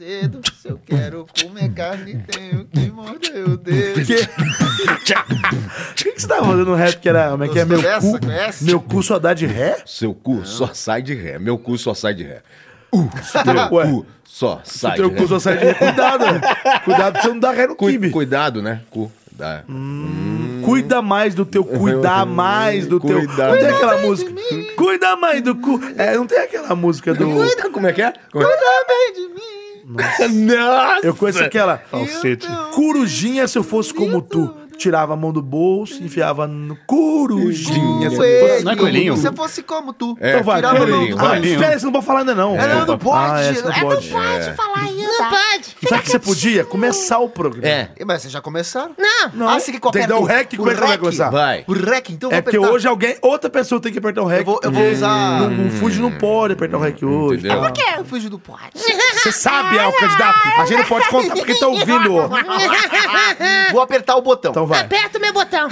cedo. Se eu quero comer carne, tenho que morder o dedo. Que... Por que, que você tava mandando um rap que era. Como é que é? Gostou Meu dessa? cu, Conhece? meu cu só dá de ré? Seu cu só sai de ré. Meu cu só sai de ré. Tá Ué. Teu cu só sai de Teu cu ré. só sai de ré. Cuidado, né? Cuidado pra você não dar ré Hum. no Cu- kibe. Cuidado, né? Cu. Dá. Cuida mais do teu, cuidar mais do teu. Cuidar Não tem mais. aquela música. Cuida mais do cu. É, não tem aquela música do. Cuida, como é que é? Como é? Cuida bem de mim. Nossa! Eu conheço aquela. Falsete. Corujinha, se eu fosse como tu. Tirava a mão do bolso, enfiava no. Corujinha, se eu fosse. Coelho, Não é coelhinho? Se eu fosse como tu. É, Então vai, tirava coelhinho, a mão vai. do Ah, coelhinho. espera, você não pode falar ainda não. Ela não pode. Ah, essa não ela pode. não Pode falar ainda. tá? Não pode. Sabe que você podia começar o programa? É. pode. Mas vocês já começaram? Não. Não. Ah, se que qualquer Tem que dar o rec, como é que vai começar? Vai. O rec, então eu É vou porque apertar. hoje alguém, outra pessoa tem que apertar o rec. Hum. Eu vou, eu vou porque usar... Não, não fuge, não pode apertar o rec hoje. É. Entendeu? tá? Por que eu fujo do pote? Você sabe, é o candidato. A gente não pode contar porque tá ouvindo. Vou apertar o botão. Então vai. Aperta o meu botão.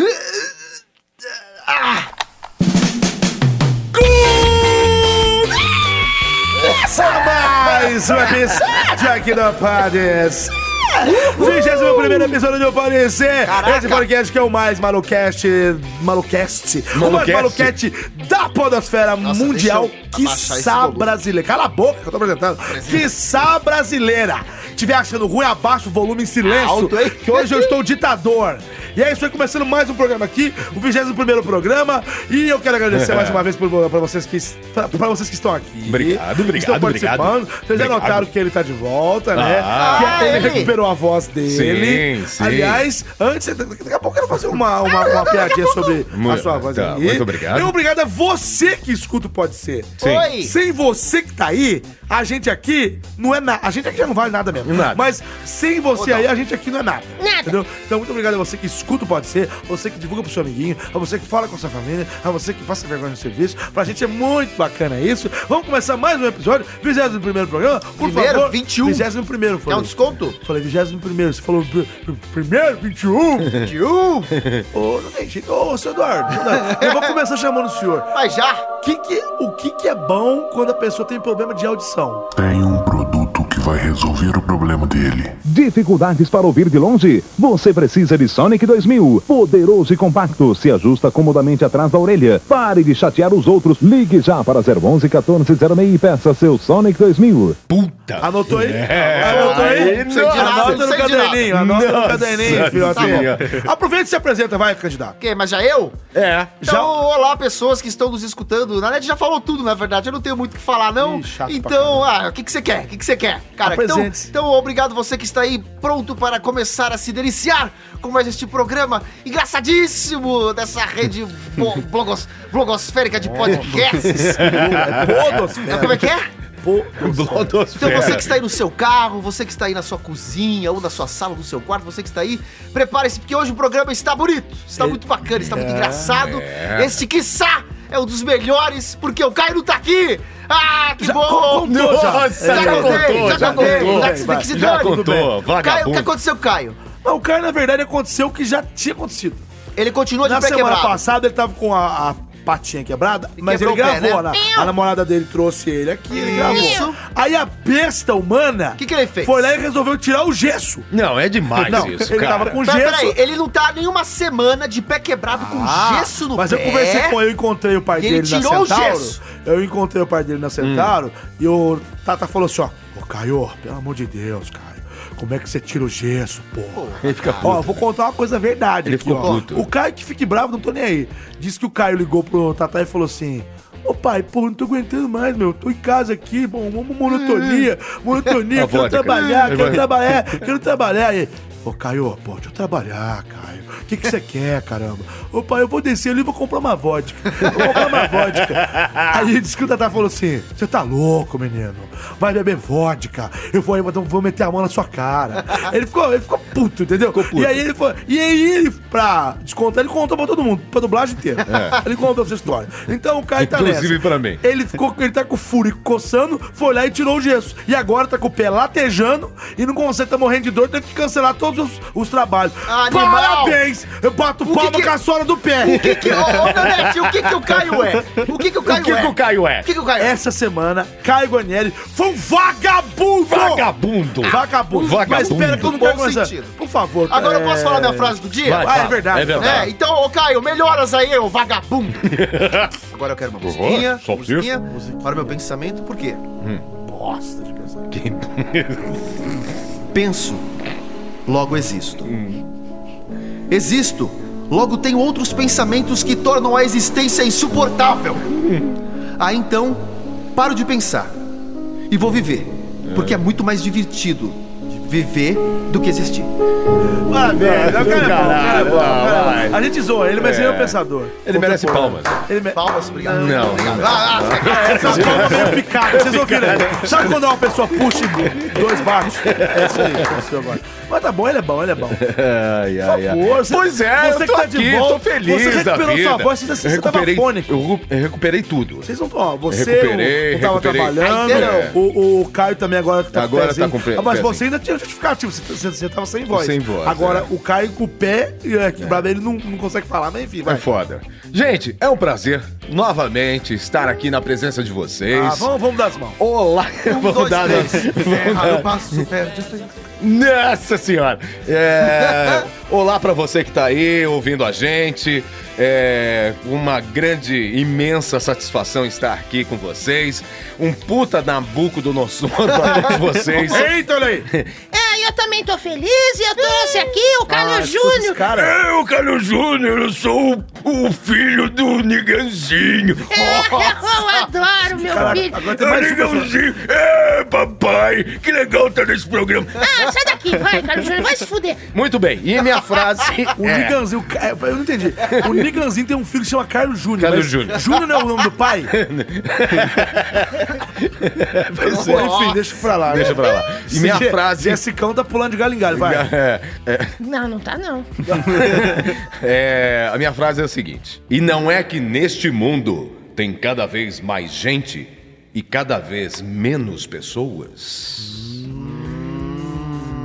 Começa mais um episódio aqui do Paris. 21 primeiro episódio do Parecer. Esse podcast que é o mais malucast. Malucast. O mais Malucast. malucast da Podosfera Nossa, Mundial. deixa eu abaixar esse Quiçá volume. brasileira. Cala a boca que eu tô apresentando. Quiçá brasileira. Tiver achando ruim, abaixa o volume em silêncio. Alto, hein? Que hoje eu estou ditador. E é isso aí, começando mais um programa aqui, o 21 programa. E eu quero agradecer mais uma vez por, pra, vocês que, pra, pra vocês que estão aqui. Obrigado, obrigado, Estão participando. obrigado. Vocês já Obrigado. notaram que ele tá de volta, né? Ah. que ele, Ah, ele. recuperou a voz dele. Sim, sim. Aliás, antes, daqui a pouco eu quero fazer uma, uma, uma piadinha sobre a Muito- sua voz tá, aí. muito obrigado. E obrigado a você que escuta o Pode Ser. Sim. Oi. Sem você que tá aí, a gente aqui não é nada. A gente aqui já não vale nada mesmo. Nada. Mas sem você Ou não. aí, a gente aqui não é nada. Nada. Entendeu? Então, muito obrigado a você que escuta o Pode Ser, a você que divulga pro seu amiguinho, a você que fala com a sua família, a você que passa vergonha no serviço. Pra gente é muito bacana isso. Vamos começar mais um episódio, 21 primeiro programa. Por Primeiro, favor. 21. 21 primeiro, Dá um falei. desconto? Falei 21 primeiro, você falou pr- pr- primeiro, 21. Tio. Ô, não tem jeito. Ô, seu Eduardo, seu Eduardo, eu vou começar chamando o senhor. Mas já. Que que- o que, que é bom quando a pessoa tem problema de audição? Tem um produto que vai resolver o problema dele. Dificuldades para ouvir de longe? Você precisa de Sonic 2000. Poderoso e compacto, se ajusta comodamente atrás da orelha. Pare de chatear os outros. Ligue já para 011 1406 e peça seu Sonic 2000. Puta. Anotou aí? É. Anotou aí? Aí não. Anota Sei no de caderninho, nada. anota no Nossa caderninho, filhote. senhora. Aproveita e se apresenta, vai, candidato. Quê? Mas já eu? É. Então, Já- olá, pessoas que estão nos escutando. Na net já falou tudo, na verdade. Eu não tenho muito o que falar, não. Ih, chato então, ah, o que, que você quer? O que, que você quer? Cara, então, Apresente-se. então, obrigado você que está aí pronto para começar a se deliciar com mais este programa engraçadíssimo dessa rede bo- blogos- blogosférica É. de podcasts. É, Podosfera. Como é que é? Então Então Blodosfera. você que está aí no seu carro, você que está aí na sua cozinha ou na sua sala, no seu quarto, você que está aí, prepare-se porque hoje o programa está bonito, É. está muito bacana, está muito engraçado. Este, quiçá, é um dos melhores porque o Caio não tá aqui. Ah, que bom! contou já. Nossa, já, é já contei, contou, já já contei, contou. já que se- que se Já dane. contou, Caio, o que vagabundo. aconteceu, Caio? Mas o cara, na verdade, aconteceu o que já tinha acontecido. Ele continua de Na pé semana quebrado. passada, ele tava com a, a patinha quebrada, E mas ele quebrou o pé, gravou. né? né? A namorada dele trouxe ele aqui, ele gravou. Isso. Aí a besta humana O que, que ele fez? foi lá e resolveu tirar o gesso. Não, é demais Não, isso, ele cara. tava com Pera- gesso. Peraí, ele não tá nenhuma semana de pé quebrado com um gesso no Ah, Mas pé. eu conversei com ele, eu encontrei o pai E ele dele na tirou o Centauro. gesso. Hum. Eu encontrei o pai dele na Centauro e o Tata falou assim: ó, ô Caio, pelo amor de Deus, Caio. Como é que você tira o gesso, porra? Ele fica puto. Ó, eu vou contar uma coisa verdade Ele aqui, ficou ó. puto. O Caio que fique bravo, não tô nem aí. Diz que o Caio ligou pro Tatá e falou assim: Ô pai, pô, não tô aguentando mais, meu. Tô em casa aqui, bom, uma monotonia, Hum. monotonia, A Tá quero vodka. trabalhar, quero Vai. trabalhar, quero trabalhar. E ele, Ô, Caio, pô, deixa eu trabalhar, Caio. O que que você quer, caramba? Ô, pai, eu vou descer ali e vou comprar uma vodka. Eu Vou comprar uma vodka. Aí ele disse que o Tatá falou assim, você tá louco, menino. Vai beber vodka. Eu vou, aí, então vou meter a mão na sua cara. Ele ficou, ele ficou puto, entendeu? E aí ele foi. E aí ele, pra descontar, ele contou pra todo mundo, pra dublagem inteira. Ele contou essa história. Então o Caio tá É. Inclusive nessa. pra mim. Ele ficou, ele tá com o fúrio coçando, foi lá e tirou o gesso. E agora tá com o pé latejando e não consegue, tá morrendo de dor, teve que cancelar todos os, os trabalhos. Animal! Parabéns! Eu bato palma que- com a sola do pé. O que que, ô, ô, Nanete, o que que o Caio é? O que que o Caio O que é? que o Caio é? O que que o Caio é? Essa semana, Caio Guanieri foi um vagabundo! Vagabundo! Vagabundo! Vagabundo. Mas Vagabundo. espera que eu não Bom quero começar. sentido. Por favor. Agora é- eu posso falar minha frase do dia? Vai, Ah, é fala. verdade. É É, verdade. então, ô Caio, melhoras aí, ô vagabundo. Agora eu quero uma musiquinha, só musiquinha, para o meu pensamento, por quê? Bosta de pensar. Penso, logo existo. Hum. Existo, logo tenho outros pensamentos que tornam a existência insuportável. Hum. Aí então, paro de pensar e vou viver, porque é muito mais divertido viver do que existir. Ah, velho, o cara é bom, o cara é bom, o cara é bom. Caralho. A gente zoa, ele, mas ele é um pensador. Ele merece palmas. Ele me... Palmas, obrigado. Não, obrigado. não. Ah, ah, segue. Essas palmas É, meio picadas, vocês ouviram aí. Sabe quando uma pessoa puxa e dois baixos? É isso aí, aconteceu agora. Mas tá bom, ele é bom, ele é bom. Ai, ai, ai. Força. Pois é, Você eu tô que tá de aqui, volta, tô feliz você da recuperou vida. sua voz, você- você Eu tava recuperei- fônico. Eu ru- eu recuperei tudo. Vocês não ó, você Recuperei, o- o tava recuperei. trabalhando, Ai, o, o Caio também agora que tá Agora pezinho. tá com pe- Ah, Mas você pezinho. ainda tinha justificativo, você, você, você tava sem voz. Sem voz, Agora, é. o Caio com o pé é, quebrado, ele não, não consegue falar, mas enfim, É vai. foda. Gente, é um prazer novamente estar aqui na presença de vocês. Ah, vamos, vamos dar as mãos. Olá, Um, vamos dois, dar. três. vamos Ferra, dar- eu passo, supero, destruí. Nossa senhora! É, Olá pra você que tá aí ouvindo a gente. É uma grande, imensa satisfação estar aqui com vocês. Um puta nabuco do nosso pra todos vocês. Eita, olha aí! É, eu também tô feliz e eu trouxe aqui o Carlos Júnior. Ah, Cara, Eu, Carlos Júnior, eu sou o, o filho do Niganzinho. É, eu adoro meu Caraca, filho. agora tem mais um personagem. é, papai, que legal tá nesse programa. Ah, sai daqui, vai, Carlos Júnior, vai se fuder. Muito bem, e minha frase O é- Niganzinho, o Ca- eu não entendi. O Niganzinho tem um filho que chama Carlos Júnior. Carlos mas Júnior. Júnior não é o nome do pai? Pois Bom, é. enfim, deixa pra lá. né? Deixa pra lá. E minha Esse frase Jessicão tá pulando de galho em galho, vai. é, Não, não tá não. é, a minha frase é a seguinte: E não é que neste mundo tem cada vez mais gente e cada vez menos pessoas?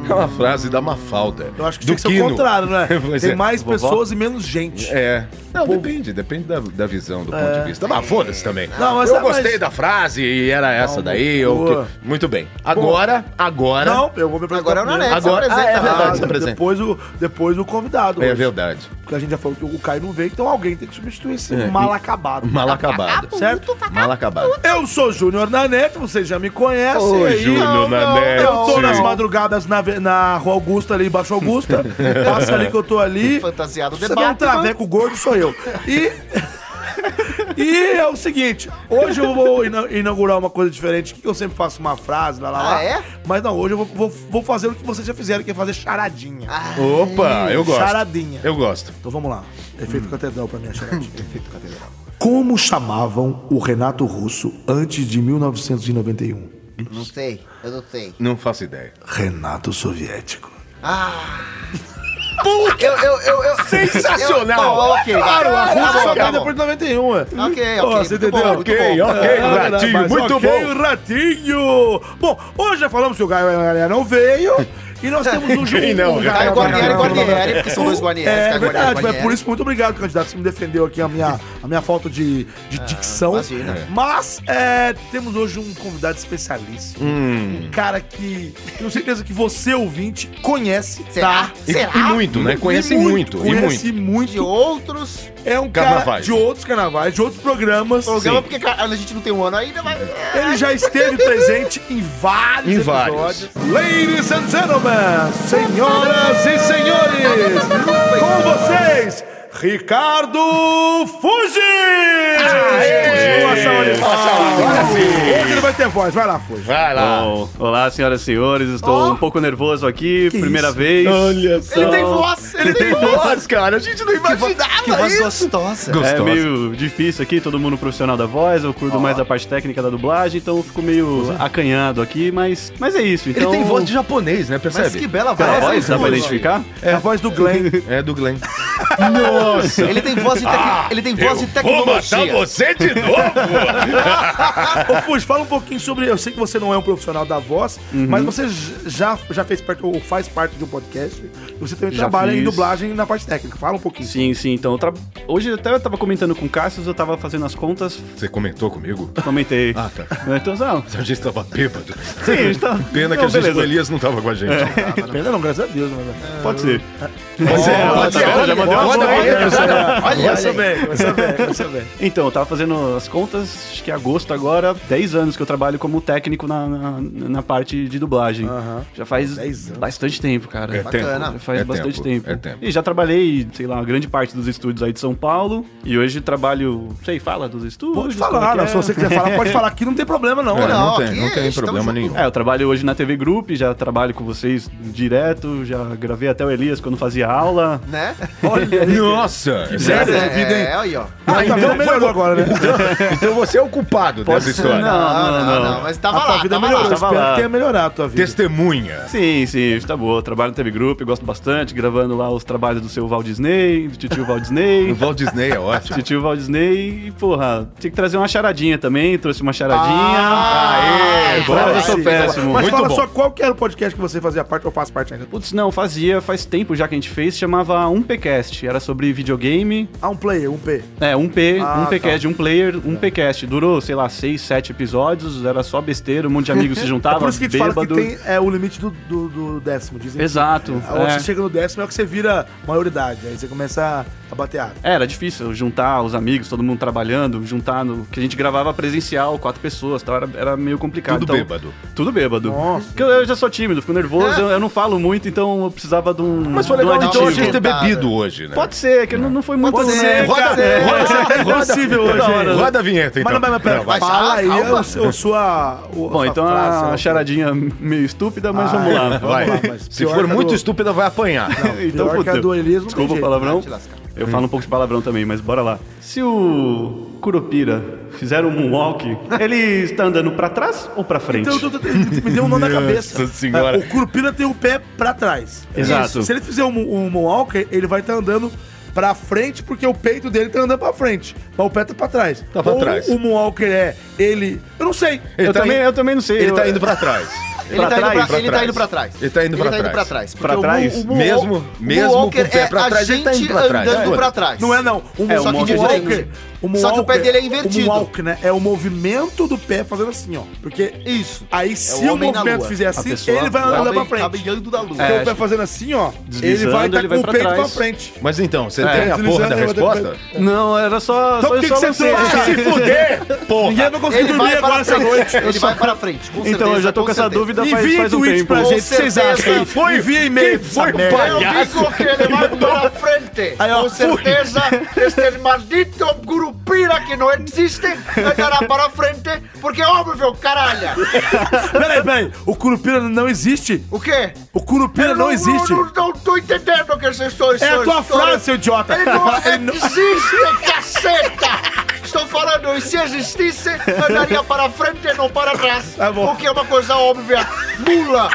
É uma frase da Mafalda. Eu acho que do tinha que ser o contrário, né? Pois Tem é. mais Vovó? pessoas e menos gente. É. Não, depende, depende da, da visão, do ponto de vista. Mas foda-se também. É. Não, mas- eu mas- gostei da frase e era essa daí. eu- boa. Muito bem. Agora, agora. Não, eu vou me apresentar. Agora é o primeiro. Nanete, né? Agora- se apresenta. Ah, é verdade, Ah, se apresenta. Depois o, depois o convidado. É hoje. verdade. Porque a gente já falou que o Caio não veio, então alguém tem que substituir esse mal acabado. É, Mal acabado. Vagabundo, Tá certo? vagabundo. Mal acabado. Eu sou Júnior Naneto, vocês já me conhecem. Ô, aí, Júnior Nanete. Eu tô nas madrugadas na, ve- na Rua Augusta ali, Baixo Augusta. Passa ali que eu tô ali. Fantasiado Se de você der um Batman. traveco gordo, sou eu. E... e é o seguinte, hoje eu vou ina- inaugurar uma coisa diferente, que eu sempre faço uma frase, lá, lá, lá. Ah, é? Mas não, hoje eu vou, vou- vou fazer o que vocês já fizeram, que é fazer charadinha. Ah, Opa, Ah, eu gosto. Charadinha. Eu gosto. Então vamos lá. Efeito catedral pra mim, a charadinha. Efeito catedral. Como chamavam o Renato Russo antes de 1991? Não sei, eu não sei. Não faço ideia. Renato Soviético. Eu, eu, eu, eu... Sensacional! Eu- Bom, ok. Claro, a Tá Russo bom, só tá veio bom. depois de 91, é. Ok, ok. Ó, você muito entendeu? bom, muito Ok, bom. ok, Ah, ratinho, mas muito ok, bom. ratinho! Bom, hoje já falamos que o Gaio Galera não veio e nós temos um jogo. Quem não, um Caio Gaio Guarnieri, Galera. Guarnieri, porque são dois Guarnieres. É Caio Guarnieri, verdade, mas Guarnieri. por isso, muito obrigado, candidato, você me defendeu aqui a minha, a minha falta de, de dicção. imagina. Mas é, temos hoje um convidado Hum. especialíssimo. Um cara que eu tenho certeza que você, ouvinte, conhece. Será? Tá? E, Será? e muito, né? Conhece E muito, e Conhece muito. muito. De outros... É um cara Carnavais. de outros carnavais, de outros programas. Programa, Sim. porque cara, a gente não tem um ano ainda, mas... Ele já esteve presente em vários Em episódios. Ladies and gentlemen, senhoras e senhores, com vocês, Ricardo Fuji! Uma salva de palmas. Agora sim. Hoje ele vai ter voz, vai lá, Fuji. Tá. Vai lá. Bom, Então, olá, senhoras e senhores. Estou um pouco nervoso aqui, primeira isso? vez. Olha só. Ele tem voz, ele tem voz. voz, cara. A gente não Que voz gostosa. É Gostosa. meio difícil aqui, todo mundo profissional da voz, eu curto mais da parte técnica da dublagem, então eu fico meio acanhado aqui, mas, mas é isso. Ele Então, tem voz de japonês, né? Percebe? Mas que bela Tem a voz. voz, hein, dá pra Fuji? identificar? É a voz do Glenn. É do Glenn. Nossa! Ele tem voz de, tec- ele tem voz de Vou matar tecnologia. você de novo! Ô, Fux, fala um pouquinho sobre. Eu sei que você não é um profissional da voz, mas você j- já, já fez parte ou faz parte de um podcast. E Você também Já trabalha em fiz. dublagem e na parte técnica. Fala um pouquinho. Sim, sim. Então, eu tra- hoje até eu tava comentando com o Cassius, eu tava fazendo as contas, Você comentou comigo? comentei. Ah, tá. Então, não. A gente tava bêbado. Sim, a gente tá... Pena que Não, a gente, beleza. o Elias não É, tava com a gente. Pena não, graças a Deus, mano. Pode ser. Pode ser, já mandei Olha, uma boa. olha, olha, olha aí. bem, começa bem, começa bem. Então, eu tava fazendo as contas, acho que é agosto agora, 10 anos que eu trabalho como técnico na, na, na parte de dublagem. Já faz 10 anos. bastante tempo, cara. É Bacana. Já tempo. faz é bastante tempo, tempo. É tempo. E já trabalhei, sei lá, uma grande parte dos estúdios aí de São Paulo. E hoje trabalho, sei, fala dos estúdios. Pode como falar, que é. não, se você quiser falar, pode falar aqui, não tem problema não, É, né? não, Não, tem, aqui não tem estamos problema junto. nenhum. É, eu trabalho hoje na TV Group, já trabalho com vocês direto, já gravei até o Elias quando fazia aula. Né? Nossa! é sério? é, é, olha aí, ó. Ah, tá vendo? Melhorou agora, né? Então você é o culpado dessa história. Ah, Não, não, não. mas A tava tua lá, vida tava melhorou, lá. tava espero lá. que tenha melhorado a tua vida. Testemunha. Sim, sim, tá bom. Eu trabalho na TV Group, gosto bastante, gravando lá os trabalhos do seu Walt Disney, do titio Walt O Disney. Walt Disney é ótimo. Titio Walt Disney, e porra, tinha que trazer uma charadinha também, trouxe uma charadinha. Ah, Aê, Fala, boa. eu sou péssimo. Mas Muito fala bom. só qual que era o podcast que você fazia parte ou faz parte ainda. Putz, não, fazia, faz tempo já que a gente fez, chamava 1Pcast, era sobre videogame, Ah, um player, um P. é, 1P, Ah, 1Pcast, um player, 1Pcast, durou, sei lá, 6, 7 episódios, era só besteira, um monte de amigos se É juntavam, por isso que te fala que bêbado. tem é, o limite do, do, do décimo, dizem. que- Exato, Ah, Ou é. você chega no décimo, é o que você vira maioridade. Aí você começa a- a bater água. É, Era difícil juntar os amigos, todo mundo trabalhando, juntar no. Que a gente gravava presencial, quatro pessoas, tal, era, era meio complicado. Tudo então- bêbado. Tudo bêbado. Nossa. Porque eu, eu já sou tímido, fico nervoso, eu, eu não falo muito, então eu precisava de um. Mas foi de um legal então a aditivo. É. gente ter Contado. bebido hoje, né? Pode ser, que não, não foi muito. Pode ser, né, roda- cara? roda- É impossível hoje. Toda hein? hora. Roda a vinheta, então. Mas não, mas, mas Não, pera, vai. fala aí Calma. o, seu- o sua. o- Bom, sua então frase, né? sei lá, a charadinha meio estúpida, mas Ah, é. vamos lá. Vai. Vamos lá, mas Se pior for que a muito do- estúpida, vai apanhar. então, pior que a fudeu. do Elias não tem Desculpa o jeito. palavrão. Vai te lascar. Eu falo um pouco de palavrão também, mas bora lá. Se o Curupira fizer um moonwalk, ele está andando pra trás ou pra frente? Então, eu tô- me deu um nó na cabeça. Nossa senhora. É, O Curupira tem o pé pra trás. Exato. Se ele fizer um, um Moonwalker, ele vai estar andando pra frente porque o peito dele tá andando pra frente. Mas o pé tá pra trás. Tá pra Ou trás. O Moonwalker é ele. Eu não sei. Ele eu, tá também, é indo- eu também não sei. Ele eu- tá indo pra trás. Ele, Pra tá indo trás? pra, ele Pra tá indo pra trás. trás. Ele tá indo pra trás. pra trás. Pra Porque o trás? Moon- o Moon- Mesmo- o mesmo com o Moonwalker pé pra é trás, a ele tá indo gente pra trás. andando Foda-se. pra trás. Não é não. O É, o Moonwalker- Só que o pé Moonwalker- dele é invertido. O Moonwalk, né? É o movimento do pé fazendo assim, ó. Porque Isso. aí se o homem na movimento lua. fizer assim, pessoa ele vai O andar pra homem frente. Caminhando da lua. Porque É, o pé acho- fazendo assim, ó, ele Deslizando, vai estar com ele vai o pra peito trás. pra frente. Mas então, você É, tem a porra da deslizando, resposta? Não, era só. Então só, por que só que você lancei, trouxe, cara? cara. Se fuder! Ninguém Porra! vai conseguir Ele dormir vai para agora essa frente. noite. Ele vai para frente. com Então, eu certeza, já tô com essa certeza. dúvida faz, Envia faz um tweet tempo. pra Com gente, o que vocês certeza. acham? Quem foi? Envia e-mail. Quem É foi, Essa merda. pai? Eu digo que ele vai para frente. Aí, ó, Com certeza, este maldito gurupira que não existe andará para frente, porque é óbvio, caralho. Peraí, peraí. O Curupira não existe. O quê? O Curupira Eu não existe. Não, não tô entendendo o que vocês estão É a tua estão- frase, seu idiota. Ele Fala, ele não é- não- existe, caceta! Estou falando, se existisse, andaria para frente e não para trás. Tá bom. O que é uma coisa óbvia. Mula!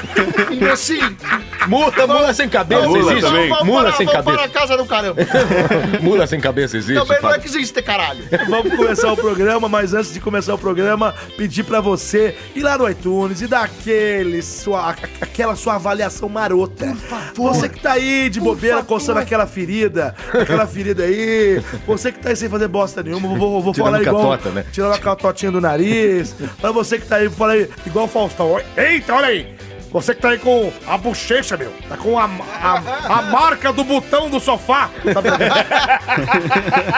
Imbecil! Mula, mula sem cabeça Mula existe? também. Mula para, sem vamos para a cabeça. casa do caramba. Mula sem cabeça existe? Também não é Fábio? existe, caralho. Vamos começar o programa, mas antes de começar o programa, pedir pra você ir lá no iTunes e dar aquele sua, aquela sua avaliação marota. Por favor. Você que tá aí de bobeira, coçando aquela ferida, aquela ferida aí. Você que tá aí sem fazer bosta nenhuma, vou, vou, vou Tirando falar igual. catota, né? Tirando a catotinha do nariz. pra você que tá aí, fala aí, igual o Faustão. Eita, olha aí! Você que tá aí com a bochecha, meu. Tá com a, a, a marca do botão do sofá. Tá Sabe?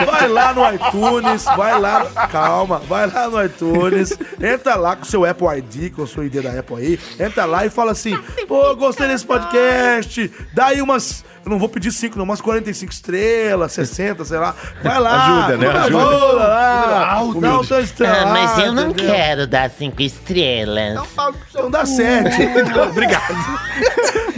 Vai lá no iTunes, vai lá. Calma, vai lá no iTunes, entra lá com seu Apple ID, com o seu ID da Apple aí, entra lá e fala assim: pô, gostei desse podcast, dá aí umas. Eu não vou pedir cinco, não, umas 45 estrelas, 60, sei lá. Vai lá. Ajuda, né? Ajuda. lá. Dá outra estrela. Ah, mas eu não entendeu? quero dar cinco estrelas. Então dá sete. Obrigado.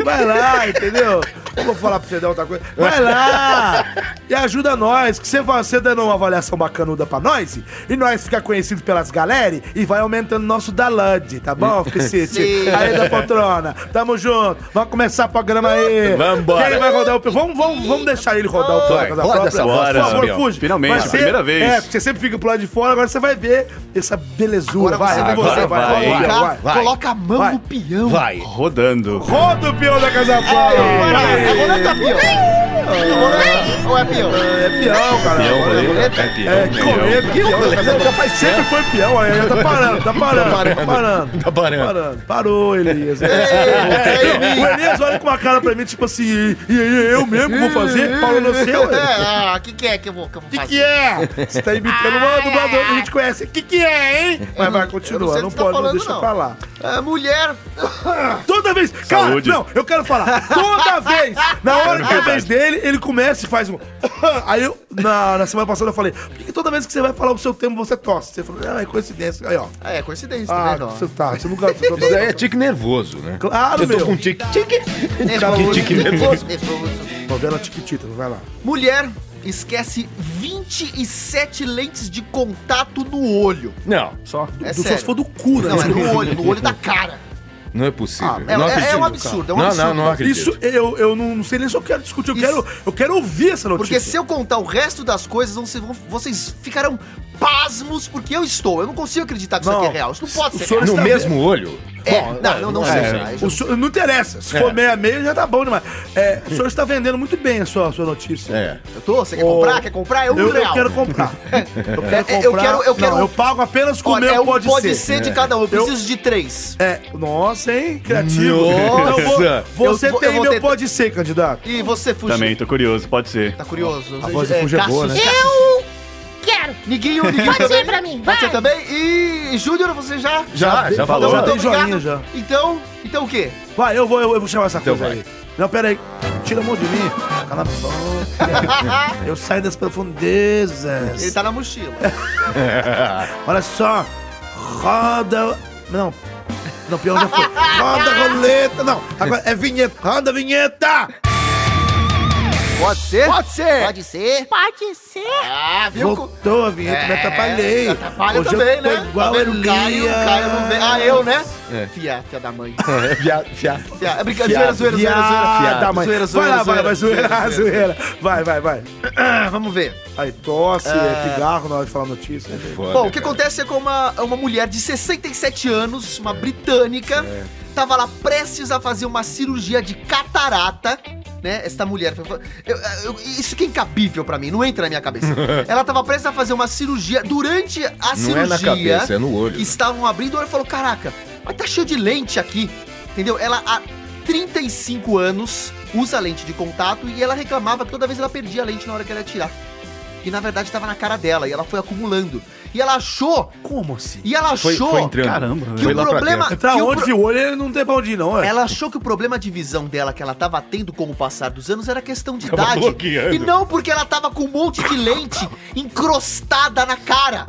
Vai lá, entendeu? Eu vou falar pra você dar outra coisa. Vai lá! E ajuda nós, que você vai- você dando uma avaliação bacanuda pra nós, e nós ficar conhecidos pelas galera, e vai aumentando nosso download, tá bom, Ficite? Sim. Aí da poltrona. Tamo junto. Vamos começar o programa aí. Vambora. Quem vai rodar o... pe- Vamos, vamos, vamos deixar ele rodar o Vai, programa da roda própria. essa bosta, Por favor, Fabião. fuja. Finalmente, Vai ser- primeira vez. É, porque você sempre fica pro lado de fora, agora você vai ver essa belezura. Agora Vai, você vai, você você vai, vai, vai, colocar, vai, vai. coloca a mão Vai. no peão. Vai. Rodando. Roda o peão da Casa Paula. É rolando a peão? É rolando ou é peão? É peão, cara. Peão, É, roleta. É pião, é, pião. correndo, Que peão, roleta? já faz, sempre foi peão, aí já tá parando, tá parando, tá parando, tá parando. Tá parando. Parou, Elias. é Ei, ei, o Elias olha com uma cara pra mim, tipo assim, e, e- e- eu mesmo vou fazer? Paulo no seu? É, ah, que que é que eu vou, que eu vou O que, fazer? que é? Você tá imitando uma dubladora que a gente conhece. O que, que é, hein? Mas vai, continua, eu não não sei o que você tá pode, não falando, deixa não. pra lá. Ah, mulher. Toda vez. Saúde. Cara, não, eu quero falar. Toda vez. Na hora que é a vez dele, ele começa e faz um. Aí eu, na, na semana passada, eu falei: por que que toda vez que você vai falar o seu termo, você tosse? Você falou: ah, é coincidência. Aí, ó. Ah, É, coincidência, tá Ah, vendo? ó? você tá, você nunca. Você Isso daí é tá tique nervoso, né? Claro, Eu tô meu. com tique. Tique. tá Nervoso, tique, nervoso, nervoso. Novela Tiquitita, vai lá. Mulher esquece 27 lentes de contato no olho. Não, Só. É Do, só sério. se for do cu, né? Não, é no olho, no olho da cara. não é possível. Ah, É, não é- é acredito. um absurdo, é um não, absurdo. não, não acredito. Isso, eu, eu não sei nem se eu quero discutir, eu, Isso. quero, eu quero ouvir essa Porque notícia. se eu contar o resto das coisas, vocês vão- vocês ficarão pasmos porque eu estou. Eu não consigo acreditar que isso aqui é real. Isso não pode o ser senhor real. No está mesmo olho? É, não, não, não sei. é. já, já- O senhor- não interessa, se É. for meia-meia já tá bom demais. É, o senhor está vendendo muito bem a sua, a sua notícia. É. Eu tô? Você quer comprar? Quer comprar? É um Eu, eu real. quero comprar. Eu quero É, eu quero- eu Não, quero- eu pago apenas com o Olha, meu, é um pode, ser. de cada um. Eu preciso de três. É, nossa, hein? Criativo. Nossa. Eu vou- você Eu vou- tem eu vou meu ter- pode ser, candidato. E você, Fuji? Também, tô curioso, pode ser. Tá curioso? A voz do Fuji é boa, né? Eu quero. Niguinho, Niguinho Pode também. ser pra mim, vai. Pode ser também. E Júnior, você já? Já, Ah, já falou. Já falou. tá Então, tem muito joinha obrigado. já. Então, então o quê? Vai, eu vou, eu, eu vou chamar essa Então coisa vai. aí. Não, pera aí. Tira a mão de mim. Cala a boca. eu saio das profundezas. Ele tá na mochila. Olha só. Roda. Não. Não, pior já foi. Roda a roleta. Não. Agora é vinheta. Roda a vinheta. Pode ser? Pode ser. Pode ser? Pode ser? Ah, viu? co- Voltou a vinheta, me atrapalhei. Atrapalha Hoje também, eu tô né? igual tá vendo o Caio, o Caio não vem. Ah, eu, né? É. Fia, fia da mãe. É, Fiado, fiado. Fia. É brincadeira, zoeira, zoeira, zoeira. Tá, mãe. Zoeira, Vai zoeira, lá, vai, vai, zoeira, zoeira, zoeira. Vai, vai, vai. Ah, Vamos ver. Aí tosse, é pigarro na hora de falar notícia. Foda, Bom, o que cara. acontece é que uma, uma mulher de 67 anos, É. uma britânica, tava lá prestes a fazer uma cirurgia de catarata, né? Essa mulher. foi- eu- eu- isso que é incabível pra mim, não entra na minha cabeça. Ela tava prestes a fazer uma cirurgia. Durante a Não cirurgia. é na cabeça, é no olho. que estavam abrindo, ela falou: Caraca, mas tá cheio de lente aqui. Entendeu? Ela há 35 anos usa lente de contato e ela reclamava que toda vez ela perdia a lente na hora que ela ia tirar. Que na verdade tava na cara dela e ela foi acumulando. E ela achou. Como assim? E ela Foi, achou foi entrando. Caramba, que foi o lá pra problema. Pra que o onde pro- que o olho ele não tem pra onde ir, não, é? Ela achou que o problema de visão dela que ela tava tendo com o passar dos anos era questão de Tava idade. bloqueando. E não porque ela tava com um monte de lente encrostada na cara.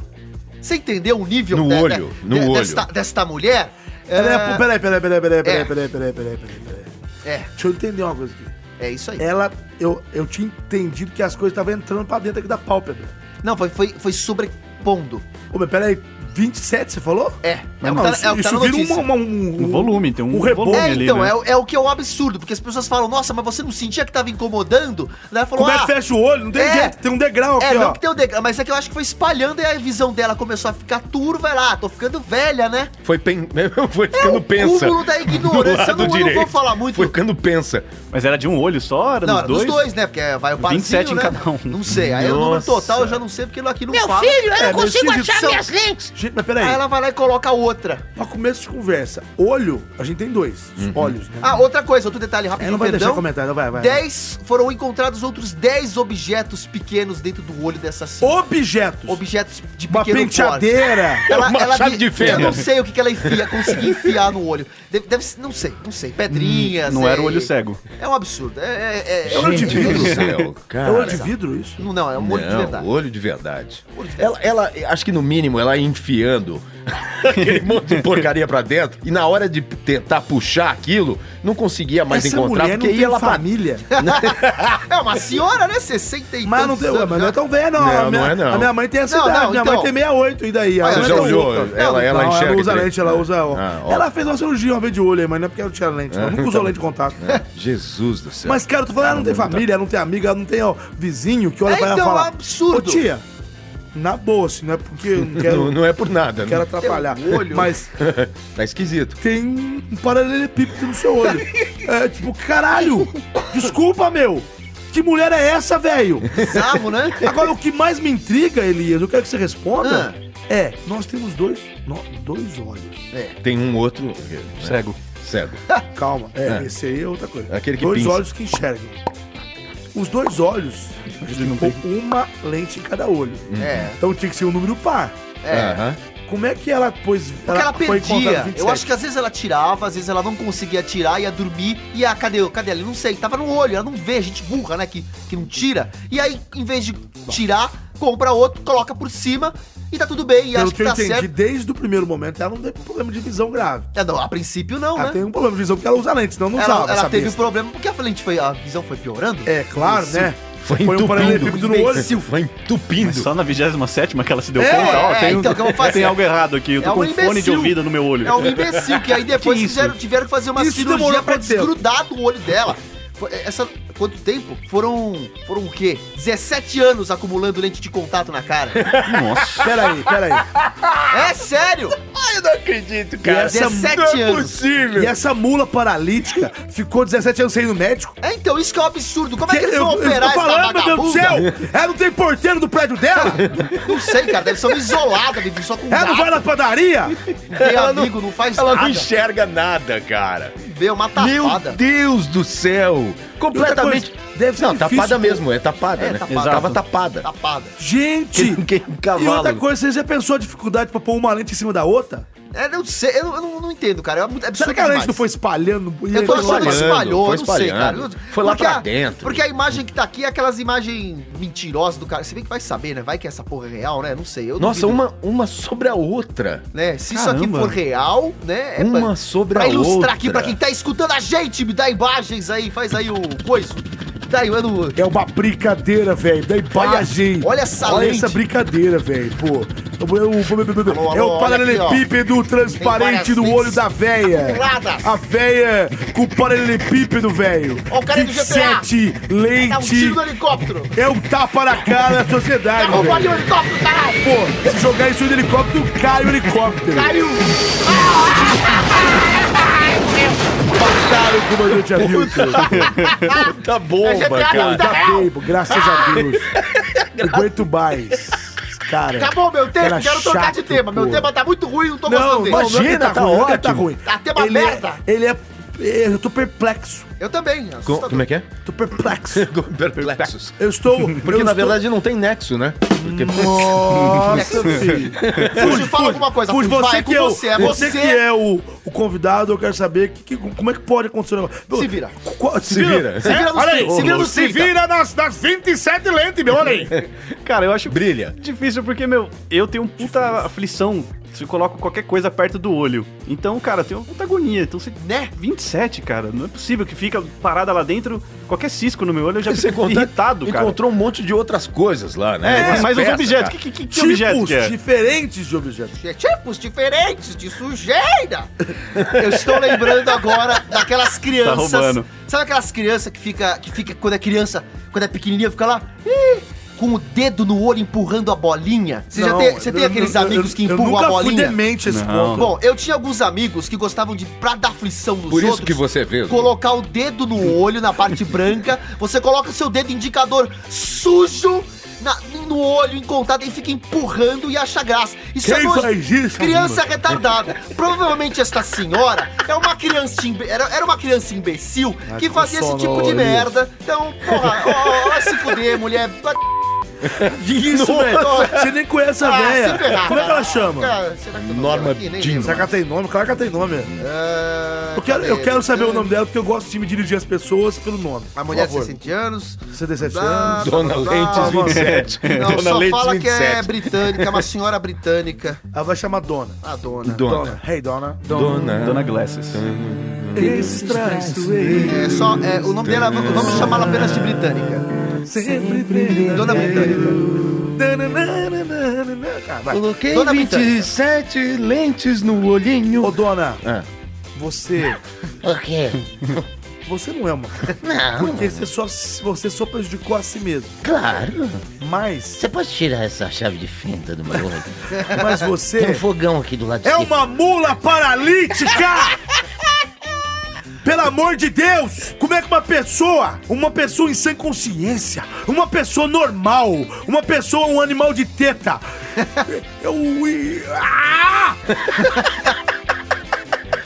Você entendeu o nível No de- de- olho, no olho. Desta, desta mulher? Ela é- É, Peraí, peraí, peraí, peraí, peraí, É. peraí, peraí, peraí, peraí, peraí. é, Deixa eu entender uma coisa aqui. é isso aí. Ela, eu, eu tinha entendido que as coisas estavam entrando pra dentro aqui da pálpebra. Não, foi, foi, foi sobrepondo. Ô, mas peraí, 27 você falou? É, é o que tá- é o que tá isso na vira notícia. um, um, Um volume, tem um um rebolo. volume É, ali, então, né? é, o- é o que é um absurdo, porque as pessoas falam, nossa, mas você não sentia que tava incomodando? Daí ela falou, Como é que ah, fecha o olho? Não tem É. jeito, tem um degrau aqui, É, não ó. que tem o degrau, mas é que eu acho que foi espalhando e a visão dela começou a ficar turva. Lá, tô ficando velha, né? Foi, pen... foi ficando É o pensa. cúmulo da ignorância. Do lado Eu não- eu não vou direito. falar muito. Foi ficando pensa. Mas era de um olho só? Era não, dos era dois? dos dois, né? Porque vai o parzinho, 27 em né? cada um. Não sei. Aí o número Nossa. total eu já não sei, porque aqui não Meu fala. filho, eu É, não meus consigo filhos achar são- minhas lentes. Gente, mas peraí, Aí ela vai lá e coloca outra. pra começo de conversa, olho, a gente tem dois olhos, né? Ah, outra coisa, outro detalhe Ela rapidinho, não vai perdão. deixar comentário, vai, vai. 10 foram encontrados outros 10 objetos pequenos dentro do olho dessa senhora. Objetos. Objetos de uma pequeno porte. penteadeira. Ela, Uma ela chave me- de fenda. Eu não sei o que, que ela enfia, consegui enfiar no olho. Deve, deve ser- não sei, não sei. Pedrinhas. Hum, Não era o é- olho cego. É um absurdo. É, é, é- É olho de Gente do vidro. céu, É cara. olho de vidro isso? Não, não, é um olho de Não, verdade. olho de verdade. Olho de Ela, ela, acho que no mínimo, ela enfiando aquele monte de porcaria pra dentro. E na hora de tentar puxar aquilo, não conseguia mais Essa encontrar, mulher porque não tá- tem ia lá pra família. É uma senhora, né? 60 e Mas não, tem, tantos ué, anos mas não é já. tão velha, não. Não, A não minha- é, não. A minha mãe tem essa Não, idade. não, minha mãe então. tem 68, e daí? Mas Ela você já tem olhou? outra. Ela- ela não, enxerga Ela usa direito. lente, ela usa. Ah, ó. ela fez uma cirurgia uma vez de olho aí, mas não é porque ela tinha lente, não. Nunca usou lente de contato. É. Jesus do céu. Mas, cara, eu tô falando, ela não tem família, ela não tem amiga, ela não tem ó, vizinho que olha É, pra ela e então, fala. é absurdo. Ô, tia, na boa, assim, não é porque eu não quero, não, não é por nada, não quero né? atrapalhar. Tem um olho. Mas Tá esquisito. tem um paralelepípedo no seu olho. É tipo, caralho! Desculpa, meu! Que mulher é essa, velho? Bizarro, né? Agora, o que mais me intriga, Elias, eu quero que você responda, Ah. é, nós temos dois, no- dois olhos. Tem um outro. Cego. Cego. Calma, é, É. esse aí é outra coisa. Aquele que dois pinça. olhos que enxergam. Os dois olhos, a gente tem que pôr uma lente em cada olho. Hum. É, Então tinha que ser um número par. é. Aham. Como é que ela pôs... Porque ela foi encontrada perdia. no Eu 27? acho que às vezes ela tirava, às vezes ela não conseguia tirar, ia dormir, e a cadê, cadê ela? Não sei, tava no olho, ela não vê, gente burra, né? Que, que não tira. E aí, em vez de tirar, compra outro, coloca por cima e tá tudo bem. E Pelo acho que que eu tá entendi, certo. desde o primeiro momento, ela não teve problema de visão grave. É, não, a princípio não, Ela né? tem um problema de visão porque ela usa lente, senão não ela usava ela essa teve um besta. problema porque a lente foi. A visão foi piorando? É, claro, né? Foi Foi um entupindo. paralelepípedo no olho. Vai entupindo. Mas só na 27 que ela se deu É, conta, ó, é, tem, um- então, o que eu vou fazer? tem algo errado aqui. Eu tô É um com um fone de imbecil. ouvido no meu olho. É um imbecil, que aí depois Que isso? fizeram, tiveram que fazer uma Isso demorou cirurgia pra quanto tempo? desgrudar do olho dela. Foi- é, Essa, quanto tempo? Foram, foram o quê? 17 anos acumulando lente de contato na cara. Nossa. Peraí, peraí. É sério? Eu não acredito, cara. Essa- 17 não é anos. possível. E essa mula paralítica ficou 17 anos sem ir no médico? É, então, isso que é um absurdo. Como é que eles vão eu, eu operar tô essa falando, meu Deus do vagabunda? céu! Ela não tem porteiro no prédio dela? Não sei, cara. Deve ser uma isolada, vive só com Ela não gato, vai na padaria? não tem amigo, não, faz Ela não nada. enxerga nada, cara. Vê uma Tá Meu tapada. Deus do céu! Completamente. Outra coisa, deve ser não, É tá difícil, tapada pô. mesmo, é tapada, É, né? tapada. Tava tapada. Tapada. Gente! Que- que E outra cavalo. coisa, você já pensou a dificuldade pra pôr uma lente em cima da outra? É, eu não sei, eu, eu não, não entendo, cara. É muito absurdo Será que a demais. lente não foi espalhando? E Eu aí tô foi achando que espalhando. espalhou, foi eu não sei, cara. espalhando. Foi lá pra a- dentro. Porque a imagem que tá aqui é aquelas imagens mentirosas do cara. Se bem que vai saber, né? Vai que essa porra é real, né? Não sei. Eu Nossa, duvido, uma, uma sobre a outra. Né? Se isso aqui Caramba. for real, né? uma pra, sobre pra a ilustrar outra. aqui pra quem tá escutando a gente, me dá imagens aí, faz aí o coisa. Dá aí, mano. É uma brincadeira, velho. Da imagem. Ah, olha essa Olha lente. essa brincadeira, velho. Pô. Eu- eu- eu- eu- Alô, alô, é o olha paralelepípedo transparente várias do olho lentes da véia. articuladas. A véia com o paralelepípedo, velho. Ó, o cara é do GTA. Sete Dá um tiro no lente. helicóptero. É um tapa na cara da Tá sociedade, roubando velho. o helicóptero, tá? caralho. Pô, se jogar isso no helicóptero, cai o helicóptero. Caiu. Mataram o comandante Hamilton. Tá bom, É GTA cara. da vida real. Acabei, Tá pô, graças a Deus. Não aguento mais. Cara. Acabou meu tempo, Era quero trocar de chato, tema. Meu pô. tema tá muito ruim, não tô gostando Não, dele. mas- imagina, tá, tá ruim, ótimo. tá ruim. Tá até uma ele é- merda. ele é, é, Eu tô perplexo. Eu também. Co- assustador. Como é que é? Tô perplexo. Perplexos. Eu estou. Porque eu na estou- verdade não tem nexo, né? Porque Nossa, filho. Fuji, fala alguma coisa, Fuji, Fuji, você vai, é que com é o, você, é você. você. que é o, o convidado, eu quero saber que- que- como é que pode acontecer um negócio. Se vira. Qual- se, Se vira. vira. Se vira nos Olha aí, 30, se vira nos 30. nas, nas 27 lentes, meu, olha aí. Cara, eu acho brilha. difícil porque, meu, eu tenho um puta aflição se eu coloco qualquer coisa perto do olho. Então, cara, eu tenho uma puta agonia. Então, é? você... Né? 27, cara, não é possível que fica parada lá dentro. Qualquer cisco no meu olho eu já Você fico contar, irritado, cara. encontrou um monte de outras coisas lá, né? É, Umas mas os peças, objetos, cara. que, que, que, que objeto Tipos que é? diferentes de objetos. tipos diferentes de sujeira. Eu estou lembrando agora Tá daquelas crianças. roubando. sabe aquelas crianças que fica, que fica quando é criança, quando é pequenininha, fica lá "Ih", com o dedo no olho empurrando a bolinha? Você já Não, tem, você tem eu- aqueles eu- amigos que eu- empurram eu nunca a bolinha? Fui demente a esse Não. ponto. Bom, eu tinha alguns amigos que gostavam de, pra dar aflição nos Por isso outros... que você vê. Colocar o dedo no olho, na parte branca, você coloca o seu dedo indicador sujo na- no olho, encontrado, e fica empurrando e acha graça. Isso é Quem nojo. faz isso, Criança retardada. Provavelmente esta senhora é uma criança imbe- era, era uma criança imbecil que fazia esse sono, tipo de Luiz. merda. Então, porra, ó, ó, ó, se fuder, mulher. Tá Que isso, velho? Você nem conhece a Ah, se véia. ferrar, Como é que ela cara. chama? Cara, será que eu não Norma lembro aqui? Nem Jean. lembro. Será que ela tem nome? Claro que ela tem nome. Ah, Eu quero, eu quero saber o nome dela, porque eu gosto de me dirigir às pessoas pelo nome. A mulher de Por favor. é 60 anos. 67 Dá- anos. Dona dá- Lentes dá- 27. Não, Dona só Lentes fala que é 27. britânica, é uma senhora britânica. Ela vai chamar Dona. A dona. Dona. Hey, Dona. Dona. Dona Glasses. Extraiçoei, É só, é, o nome dela, vamos vamos chamá-la apenas de britânica. sempre brilhando. Dona Britânica. Nananana. Ah, vai. Coloquei Dona Britânica. 27 lentes no olhinho. Ô, Dona, É. Ah. você... O quê? Você não é uma... Não, Porque você só, você só prejudicou a si mesmo. claro. Mas, Você pode tirar essa chave de fenda do meu olho? mas Tem um você... fogão aqui do lado de É cima. uma mula paralítica! Pelo amor de Deus! Como é que uma pessoa, uma pessoa em sem consciência, uma pessoa normal, uma pessoa, um animal de teta. Eu. e- Ah!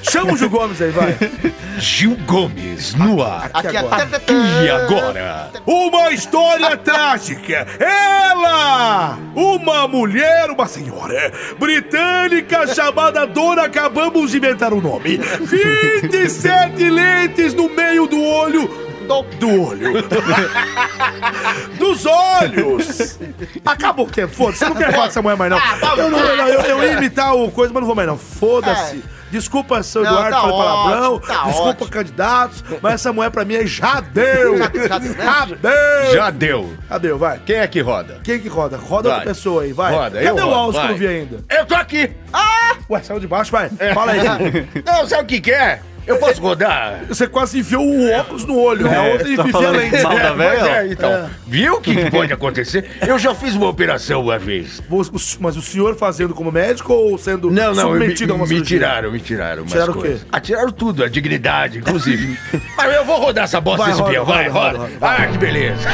Chama o Gil Gomes aí, vai. Gil Gomes no ar. Aqui é agora? até. E agora? Uma história trágica. Ela, uma mulher, uma senhora britânica chamada Dona, acabamos de inventar o nome. 27 lentes no meio do olho. Do olho. Dos olhos. Acabou que é, foda-se. Eu não quero falar dessa mulher mais, não. Ah, tá Eu, não, eu, eu- eu ia imitar o coisa, mas não vou mais, não. Foda-se. Desculpa, seu É. Não, Eduardo, tá pelo palavrão. ótimo, tá Desculpa, ótimo. candidatos, mas essa mulher pra mim é já deu! Já- já- Já deu! Já deu. Já deu, vai. Quem é que roda? Quem que roda? Roda Vai. outra pessoa aí, vai. Roda, eu Cadê o rodo, Alves que eu vai. É. não vi ainda? Eu tô aqui. Ué, saiu de baixo, vai. Fala aí. Não, sabe o que que é? Eu posso rodar? Você quase enfiou o óculos no olho. É, É, ontem enfia tá a falando lente. mal da É, velha? Pois é, então. Viu o que que pode acontecer? Eu já fiz uma operação uma vez. mas- Mas o senhor fazendo como médico ou sendo Não, não, eu me, submetido a uma me cirurgia? tiraram, me tiraram. umas Tiraram o quê? coisas. Ah, tiraram tudo, a dignidade, inclusive. Mas eu vou rodar essa bosta Vai, desse roda, peão, roda, vai, roda, roda. roda, Ah, que beleza.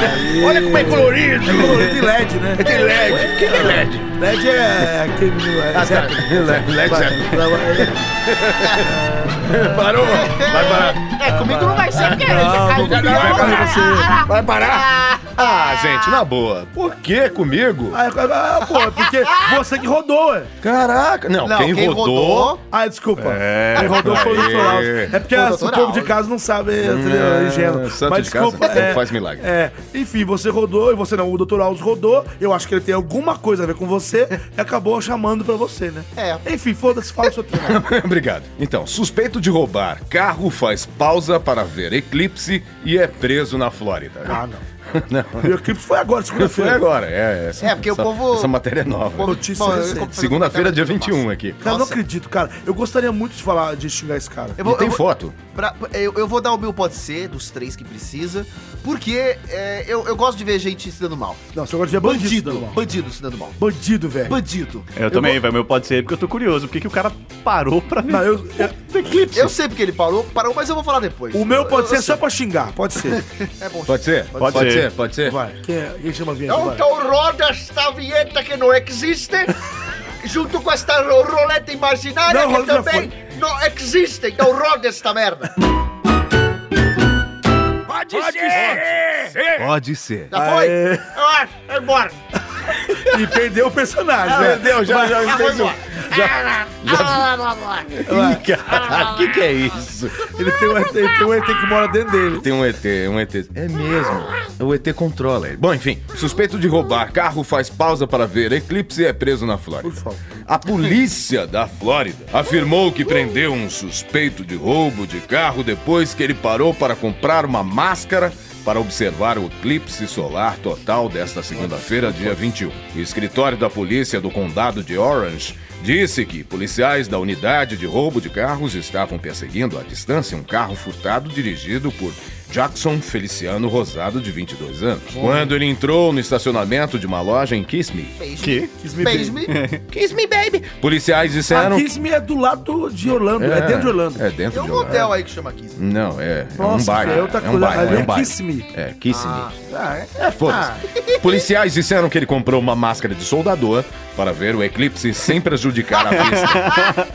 Olha como é colorido. Colorido e LED, né? Tem LED. O que que é LED? LED é aquele... É, Ah, tá. LED, LED, Vai, vai, vai. Parou. Vai parar. É, comigo não vai ser, porque eu já caí Vai parar. Ah, Vai parar. Ah, gente, na boa. Por que comigo? Ah, ah, ah, pô, é porque você que rodou, ué. Caraca. Não, Não, quem, quem rodou... rodou Ah, desculpa. É, Quem rodou foi o aí. Dr. Alves. É porque Foi o as- o doutor povo de Alves. casa não sabe, entendeu? Hum, É ingênuo. santo Mas de casa desculpa. não é, faz milagre. É, enfim, você rodou e você não. O Dr. Alves rodou. Eu acho que ele tem alguma coisa a ver com você e acabou chamando pra você, né? É. Enfim, foda-se, fala o seu tema. Obrigado. Então, suspeito de roubar carro faz pausa para ver eclipse e é preso na Flórida. Ah, não. não. E o clipe foi agora, Foi segunda-feira. agora, é. Essa, É, porque o essa- povo- Essa matéria é O nova. povo- Notícia Bom, eu- recente. eu- Segunda-feira, dia 21 aqui. Cara, eu não Nossa. acredito, cara. Eu gostaria muito de falar, de xingar esse cara. Eu E vou, tem eu, vou, foto. pra- eu, eu vou dar o meu pode ser, dos três que precisa, porque é, eu, eu gosto de ver gente se dando mal. Não, você gosta de ver bandido. Bandido, Daniel. bandido se dando mal. Bandido, velho. Bandido. É, Eu também, velho. Meu pode ser porque eu tô curioso. Por que, que o cara parou pra ver? Não, eu- eu, Eclipse. Eu sei porque ele parou, parou, mas eu vou falar depois. Um o meu pode Eu- ser eu só sei. pra xingar, pode ser. É bom. Pode ser? Pode ser. Pode ser? Vai, quem, é- quem chama a vinheta? vai? Então roda esta vinheta que não existe, junto com esta ro- roleta imaginária Não, que roleta também não existe. Então roda esta merda. Pode, ser! Pode ser. Já foi? Aê. Eu acho. É embora. então, E perdeu o personagem, né? Perdeu, já, já Já foi fez o... embora. lá, lá, lá. Ih, cara, o que que é isso? Ele tem, um, ele tem um ET que mora dentro dele. Tem um ET, um ET. É mesmo. O ET controla ele. Bom, enfim. Suspeito de roubar carro faz pausa para ver eclipse e é preso na Flórida. Por favor. A polícia da Flórida afirmou que prendeu um suspeito de roubo de carro depois que ele parou para comprar uma máscara para observar o eclipse solar total desta segunda-feira, dia 21. O escritório da polícia do condado de Orange disse que policiais da unidade de roubo de carros estavam perseguindo à distância um carro furtado dirigido por Jackson Feliciano Rosado, de 22 anos. Quando ele entrou no estacionamento de uma loja em Kissimmee, Que? Kiss Me Beijo. Baby. um Kiss me, baby. Policiais Ah, disseram. Kiss Me é do lado de Orlando, é, dentro de Orlando. É Tem dentro um de motel Orlando. aí que chama Kiss. Não, é. é um Nossa, bairro. é outra é um coisa. bairro. Ali É é um bairro. Kiss Me. É, Kiss Ah. Me. Ah, é. É, foda-se. Policiais disseram que ele comprou uma máscara de soldador para ver o eclipse sem prejudicar a vista.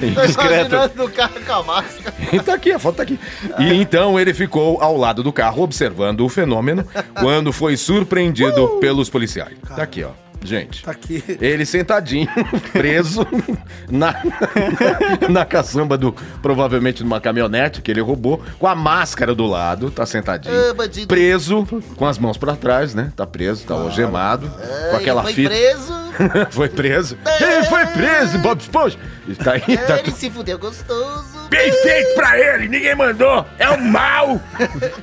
Tô Discreto. imaginando o cara com a máscara. E tá aqui, a foto tá aqui. E então ele ficou ao lado Uh! do carro observando o fenômeno quando foi surpreendido pelos policiais. Tá aqui, ó. gente. Tá aqui. Ele sentadinho, preso na, na caçamba do. Provavelmente numa caminhonete que ele roubou, com a máscara do lado, tá sentadinho. Ah, bandido. Preso, com as mãos pra trás, né? Tá preso, tá algemado, com É, Ele aquela foi fita. preso. foi preso. Ele foi preso, Bob Esponja. Ele tá aí, tá É, ele tudo se fudeu gostoso. bem feito pra ele, ninguém mandou, é o mal.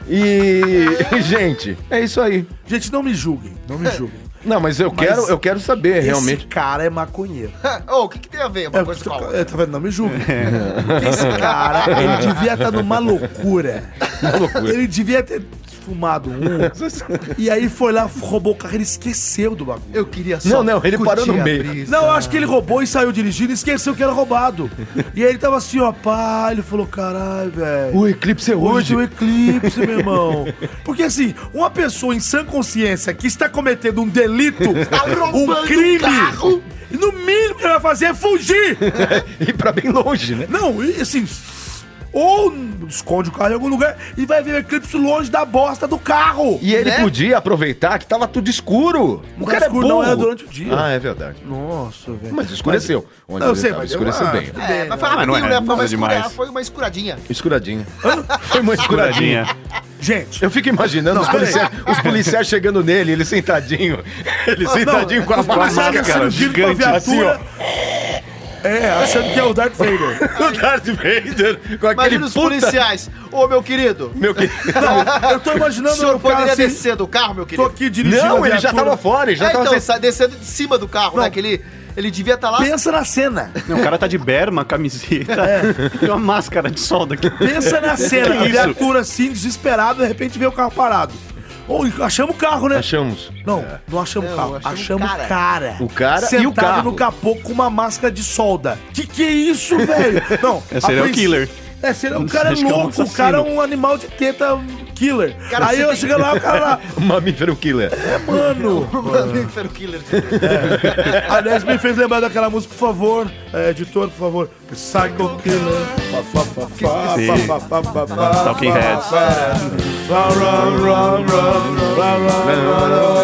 e, gente, é isso aí. Gente, não me julguem, não me julguem. Não, mas eu quero, eu quero saber É, realmente. Esse cara é maconheiro. Ô, o que, que tem a ver uma É, coisa com a outra? tá vendo? Não me julguem. É. Porque esse cara, ele devia estar numa loucura. Uma loucura. Ele devia ter fumado um. E aí foi lá, roubou o carro, ele esqueceu do bagulho. Eu queria só. Não, não, ele curtir parou no a meio. brisa. Não, eu acho que ele roubou e saiu dirigindo e esqueceu que era roubado. E aí ele tava assim, ó, pá, ele falou, caralho, velho. O eclipse é Hoje é o eclipse, meu irmão. Porque assim, uma pessoa em sã consciência que está cometendo um delito, um Tá roubando crime, um carro. no mínimo que ele vai fazer é fugir. e pra bem longe, né? Não, e assim, ou esconde o carro em algum lugar e vai ver o eclipse longe da bosta do carro. E ele Né? podia aproveitar que tava tudo escuro. O Não cara escuro, é burro. não, era durante o dia. Ah, é verdade. Nossa, velho. Mas escureceu. Onde Não, eu ele sei, tava, mas eu- escureceu ah, bem. É, mas foi Ah, mas não rapidinho, né? é Pra nada mais escurar, demais. foi uma escuradinha. Escuradinha. Foi uma escuradinha. Curadinha. Gente, Eu fico imaginando os, policiais, os policiais chegando nele, ele sentadinho. Ah, Ele sentadinho com a os policiais máscara, cara. descendo tiro pra Gigante, assim, ó. viatura. É, achando que é o Darth Vader. O Darth Vader com aquele Imagina os puta... policiais. Ô, meu querido. Meu querido. Não, eu tô O imaginando senhor o cara poderia assim, descer do carro, meu tô querido? aqui assim. dirigindo Não, a ele já viatura. tava fora, ele já É, tava então, sentado. sai descendo de cima do carro, né? Que ele, ele devia estar lá. Pensa na cena, Não, o cara tá de berma, camiseta e uma máscara de solda aqui. pensa na cena. A isso? viatura assim, desesperada, de repente vê o carro parado. Ou achamos o carro, né? Achamos. Não, é. não achamos o Não, carro, achamos achamos o cara. cara. O cara e Sentado o carro. no capô com uma máscara de solda. Que que é isso, velho? Não, É serial a princ- killer. É, seria um cara é Acho que é um louco, o cara é um animal de teta killer. Cara, Aí você eu tem- chego lá, o cara lá, um Mamífero killer. mano, Mamífero Killer. Aliás, me fez lembrar daquela música, por favor. É, editor, por favor. Psycho Killer. Fa, fa, fa, Sim. fa, fa, fa, fa, fa, Talking fa, Heads. fa. Ra, ra, ra, ra, ra, ra, ra.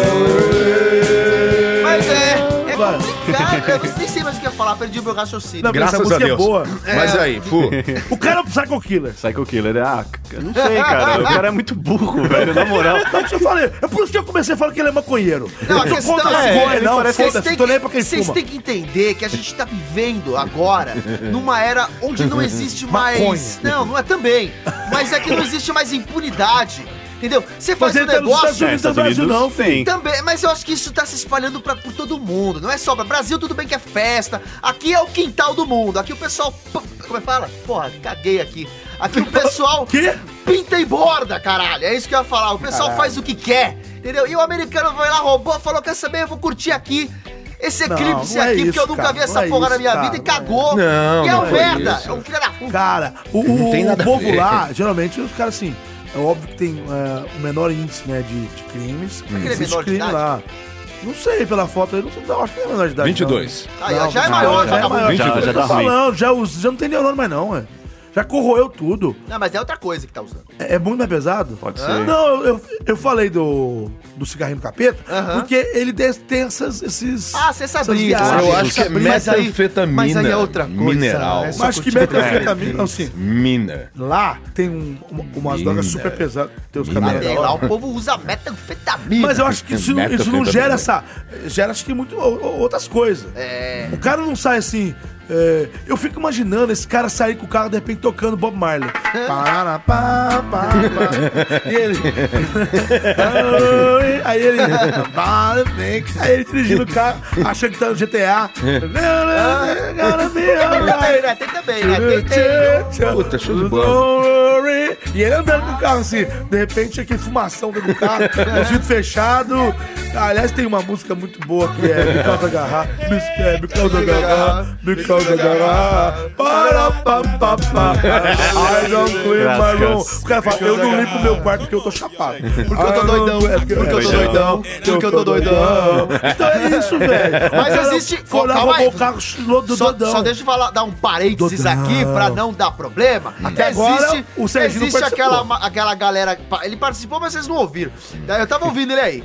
Mas é, é complicado. Eu nem sei mais o que eu ia falar, perdi o meu raciocínio. Não, essa Graças a música é Deus. boa. Mas aí, Fu. O cara é um Psycho Killer. Psycho Killer. Ah, eu não sei, cara. O cara é muito burro, velho, na moral. Sabe o que eu falei? É por isso que eu comecei a falar que ele é maconheiro. Não, a eu sou questão contra as é, coisas, ele não. parece- Vocês Foda-se, têm tô nem que- pra quem vocês fuma. têm que entender que a gente tá vivendo agora numa era onde não existe mais. Não, não é também. Mas é que não existe mais impunidade. Entendeu? Você faz Mas um ele tá nos Estados negócio. É, Unidos, no Brasil não, filho. tem. Também, mas eu acho que isso tá se espalhando pra, por todo mundo. Não é só pra Brasil, tudo bem que é festa. Aqui é o quintal do mundo. Aqui o pessoal. p- Como é que fala? Porra, caguei aqui. Aqui o pessoal. Quê? Pinta e borda, caralho. É isso que eu ia falar. O pessoal faz o que quer, entendeu? E o americano foi lá, roubou, falou: quer saber? Eu vou curtir aqui. Esse Não, eclipse não é aqui, isso, porque eu nunca cara, vi não essa é porra na isso, minha cara, vida e não é. cagou. Não, e é não um é merda. isso. É um filho da puta. Cara, o, o, tem o nada a povo ver. lá, geralmente os caras assim. É óbvio que tem é, o menor índice né, de, de crimes. Mas Aquele é menor de idade? lá. Não sei, pela foto aí, não sei, não, acho que não é menor de idade. 22. não. Aí, ó, Não, já é não, maior, já já tá é bom. maior. Já- Já, já já tá tá ruim. falando, já, os- já não tem neurônio mais não, é. Já corroeu tudo. Não, mas é outra coisa que tá usando. É, é muito mais pesado? Pode ser. Não, eu, eu falei do, do cigarrinho do capeta, Aham. porque ele des- tem essas, esses... Ah, você sabia. essas viagens. Eu acho que é Mas aí- metanfetamina. mas aí é outra coisa, Mineral. né? Mas acho que metanfetamina, não, sim. Mina. Lá tem um, uma- umas drogas Mina. super pesadas. Tem os Mina. cabelos Até da lá hora. o povo usa metanfetamina. Mas eu acho que isso, não- isso não Metanfetamina. gera essa. Gera, acho que, muito o- o- outras coisas. O cara não sai assim. é, eu fico imaginando esse cara sair com o carro de repente tocando Bob Marley. Pará, pá, pá, pá. E ele. Aí ele. Aí ele dirigindo o carro, achando que tá no GTA. Tem também, né? Tem também, né? Tem, tem. Puta, show de bola. Don't worry. E ele andando com o carro assim, de repente aqui fumação dentro do carro, vidro fechado. Aliás, tem uma música muito boa que é Me causa agarrar, me, é, me causa agarrar, me causa agarrar, para pá, pá, pá. I don't clean my room. O cara fala, eu não limpo meu quarto porque eu tô chapado. Ah, Porque eu tô doidão, é porque eu tô doidão, porque eu tô doidão. Então é isso, velho. Mas existe- Foi lá, Calma aí. roubou o carro do Só, doidão. só deixa eu falar, dar um parênteses Dodão. aqui pra não dar problema. Até agora, o Serginho não existe participou. aquela, ma- aquela galera. que pa- Ele participou, mas vocês não ouviram. Eu tava ouvindo ele aí.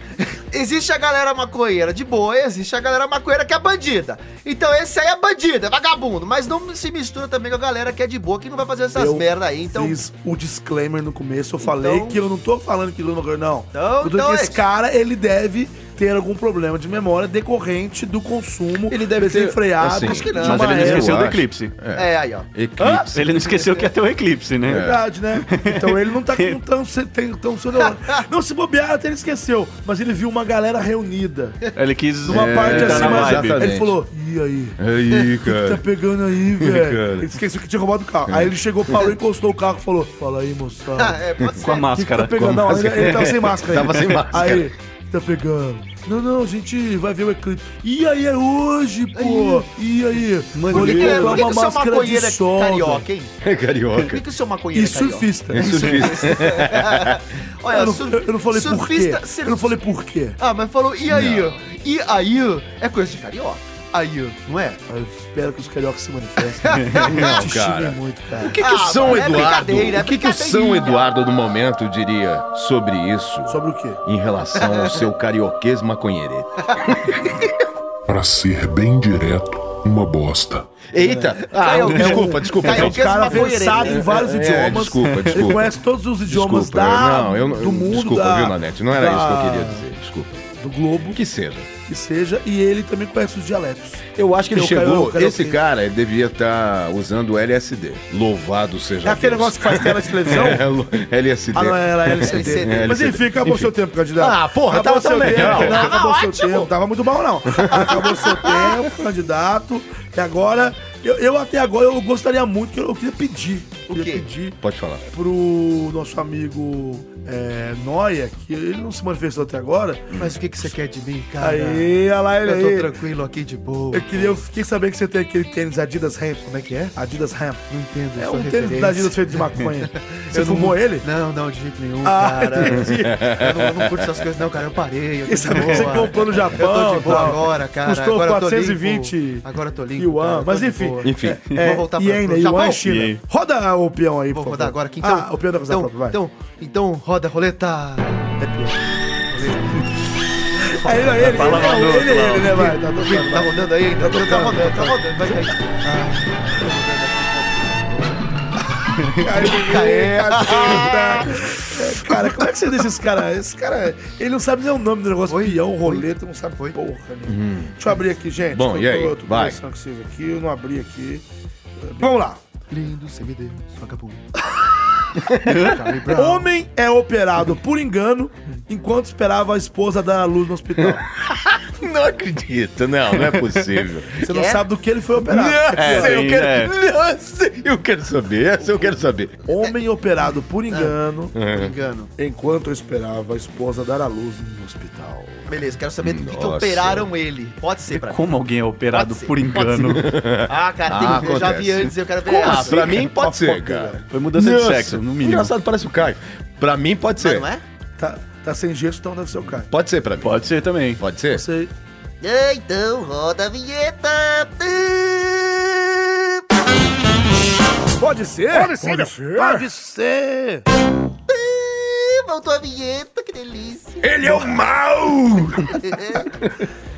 existe a galera maconheira de boa, e existe a galera maconheira que é bandida. Então esse aí é bandido, é vagabundo. Mas não se mistura também com a galera que é de boa, que não vai fazer essas Eu merda aí. Então, Fiz o disclaimer no começo, eu falei Então- que eu não tô falando que Lula Magrão, não. Então- eu tô dizendo então que é esse isso. cara, ele deve ter algum problema de memória decorrente do consumo Ele deve ter- desenfreado. assim, Acho que não. Mas ele mas não é- esqueceu do acho. eclipse. é aí, ó. Eclipse. Ele não esqueceu que ia ter o eclipse, É né? verdade, né? Então ele não tá com tão, se- tem, tão seu neurônio. Não se bobear, até ele esqueceu. Mas ele viu uma galera reunida. Ele quis. eh, Numa parte entrar assim, É, tá na mas vibe. ele Exatamente. falou, e aí? Aí, O que tá cara. pegando aí, velho? cara. Ele esqueceu que tinha roubado o carro. Aí ele chegou, parou, encostou o carro e falou, fala aí, moçada. Ah, é, pode ser. Com a máscara. Tá pegando, Com a não, ele, máscara. ele tava sem máscara. Tava sem máscara. Aí, tá pegando. Não, não, a gente vai ver o eclipse. E aí, é hoje, pô. E aí? Mano, Por que, que, por que que o seu maconheiro é solda. carioca, hein? Por É Carioca. que, que o seu maconheiro E é carioca? surfista. Surfista. Olha, Eu não, sur- eu não falei por quê. surfista, sur- Eu não falei por quê. Ah, mas falou, e aí? ó? E aí? ó? É coisa de carioca. Aí, ó, não é? Eu espero que os cariocas se manifestem. Não, Te xinguei cara. muito, cara. O que, que Ah, o São mano, é Eduardo. brincadeira, é o que, que o São brincadeirinha. Eduardo do momento diria sobre É isso Sobre o quê? em relação ao seu carioquês maconheiro? Pra ser bem direto, uma bosta. Eita! Ah, Carioquês- desculpa, desculpa. É um Carioquês cara maconheiro, versado né? em vários É, idiomas. desculpa, desculpa. Ele conhece todos os Desculpa, idiomas da, não, eu, não- do mundo. Desculpa, da, viu, Nanete? Não era da- isso que eu queria dizer. Desculpa. Do globo, O que seja. que seja. E ele também conhece os dialetos. Eu acho que ele Tem é o um chegou. carioca, carioca. esse cara ele devia estar usando LSD. Louvado seja É aquele Deus. negócio que faz tela de televisão? É, lo- LSD. Ah, não, era LCD. LCD. Mas enfim, acabou seu tempo, candidato. Ah, porra, acabou tava tão seu legal. tempo. Não, Tava acabou seu ótimo. tempo. Tava muito bom, não. Acabou seu tempo, candidato. E agora, eu, eu até agora, eu gostaria muito, que eu, eu queria pedir. Eu O queria quê? pedir Pode falar. pro nosso amigo é, Noia, que ele não se manifestou até agora. Mas o que, que você quer de mim, cara? Aí, olha lá ele Uhum. Eu tô aí. tranquilo aqui de boa. Eu queria, eu fiquei sabendo que você tem aquele tênis Adidas Ramp. Como é que é? Adidas Ramp. Não entendo É sua um tênis referência. da Adidas feito de maconha. Você Eu não- fumou ele? Não, não, de jeito nenhum, Ah, cara. entendi. Eu não, eu não curto essas coisas, não, cara. Eu parei. Eu tô Quem de sabe que boa. você comprou no Eu Japão. tô de boa tal. agora, cara. Custou agora eu tô 420 limpo. Agora eu tô limpo. Yuan, cara, eu tô mas de enfim. boa. Enfim. É, Vou voltar pra- Ien, né? pro Japão? Yuan, China. Ien. Roda o peão aí, Vou por rodar favor. agora aqui. Então, Ah, o peão da casa então, própria, vai. Então, então, roda a roleta. Aí, Ah, ele, é ele, Fala ele, lá do ele, outro ele, lado. ele, né? Vai, tá Ih, tocando. Tá vai. rodando aí, tá rodando, tá rodando, tá rodando. Vai cair. Aê, caceta. É, Cara, como é que você deixa esse cara? Esse cara, ele não sabe nem o nome do negócio. Peão, roleta, não sabe porra nenhuma. Deixa eu abrir aqui, gente. Bom, Eu e tô- aí? Eu tô Vai. conversando com vocês aqui, eu não abri aqui. Vamos lá. Lindo CBD, vagabundo. Homem é operado por engano enquanto esperava a esposa dar a luz no hospital. Não acredito, não, não é possível. Você não sabe do que ele foi operado. Nossa, sim, eu quero. né? Nossa, eu quero saber. Essa eu quero saber. Homem operado por engano É. Não engano. É. enquanto eu esperava a esposa dar à luz no hospital. Beleza, quero saber do que, que Nossa. operaram ele. Pode ser pra mim. Como alguém é operado Pode ser, por engano? Ah, cara, tem Ah, eu já acontece. vi antes, eu quero ver Ah, assim, essa. pra mim pode ser, cara. Foi mudança de Nossa, sexo, no mínimo. Engraçado, parece o Caio. Pra mim pode Mas ser. não é? Tá, tá sem gesto, então deve ser o Caio. Pode ser pra mim. Pode ser também. Pode ser? Sei. Então, roda a vinheta. Pode ser? Pode ser. Pode ser. Voltou a vinheta, que delícia. Ele é o mal!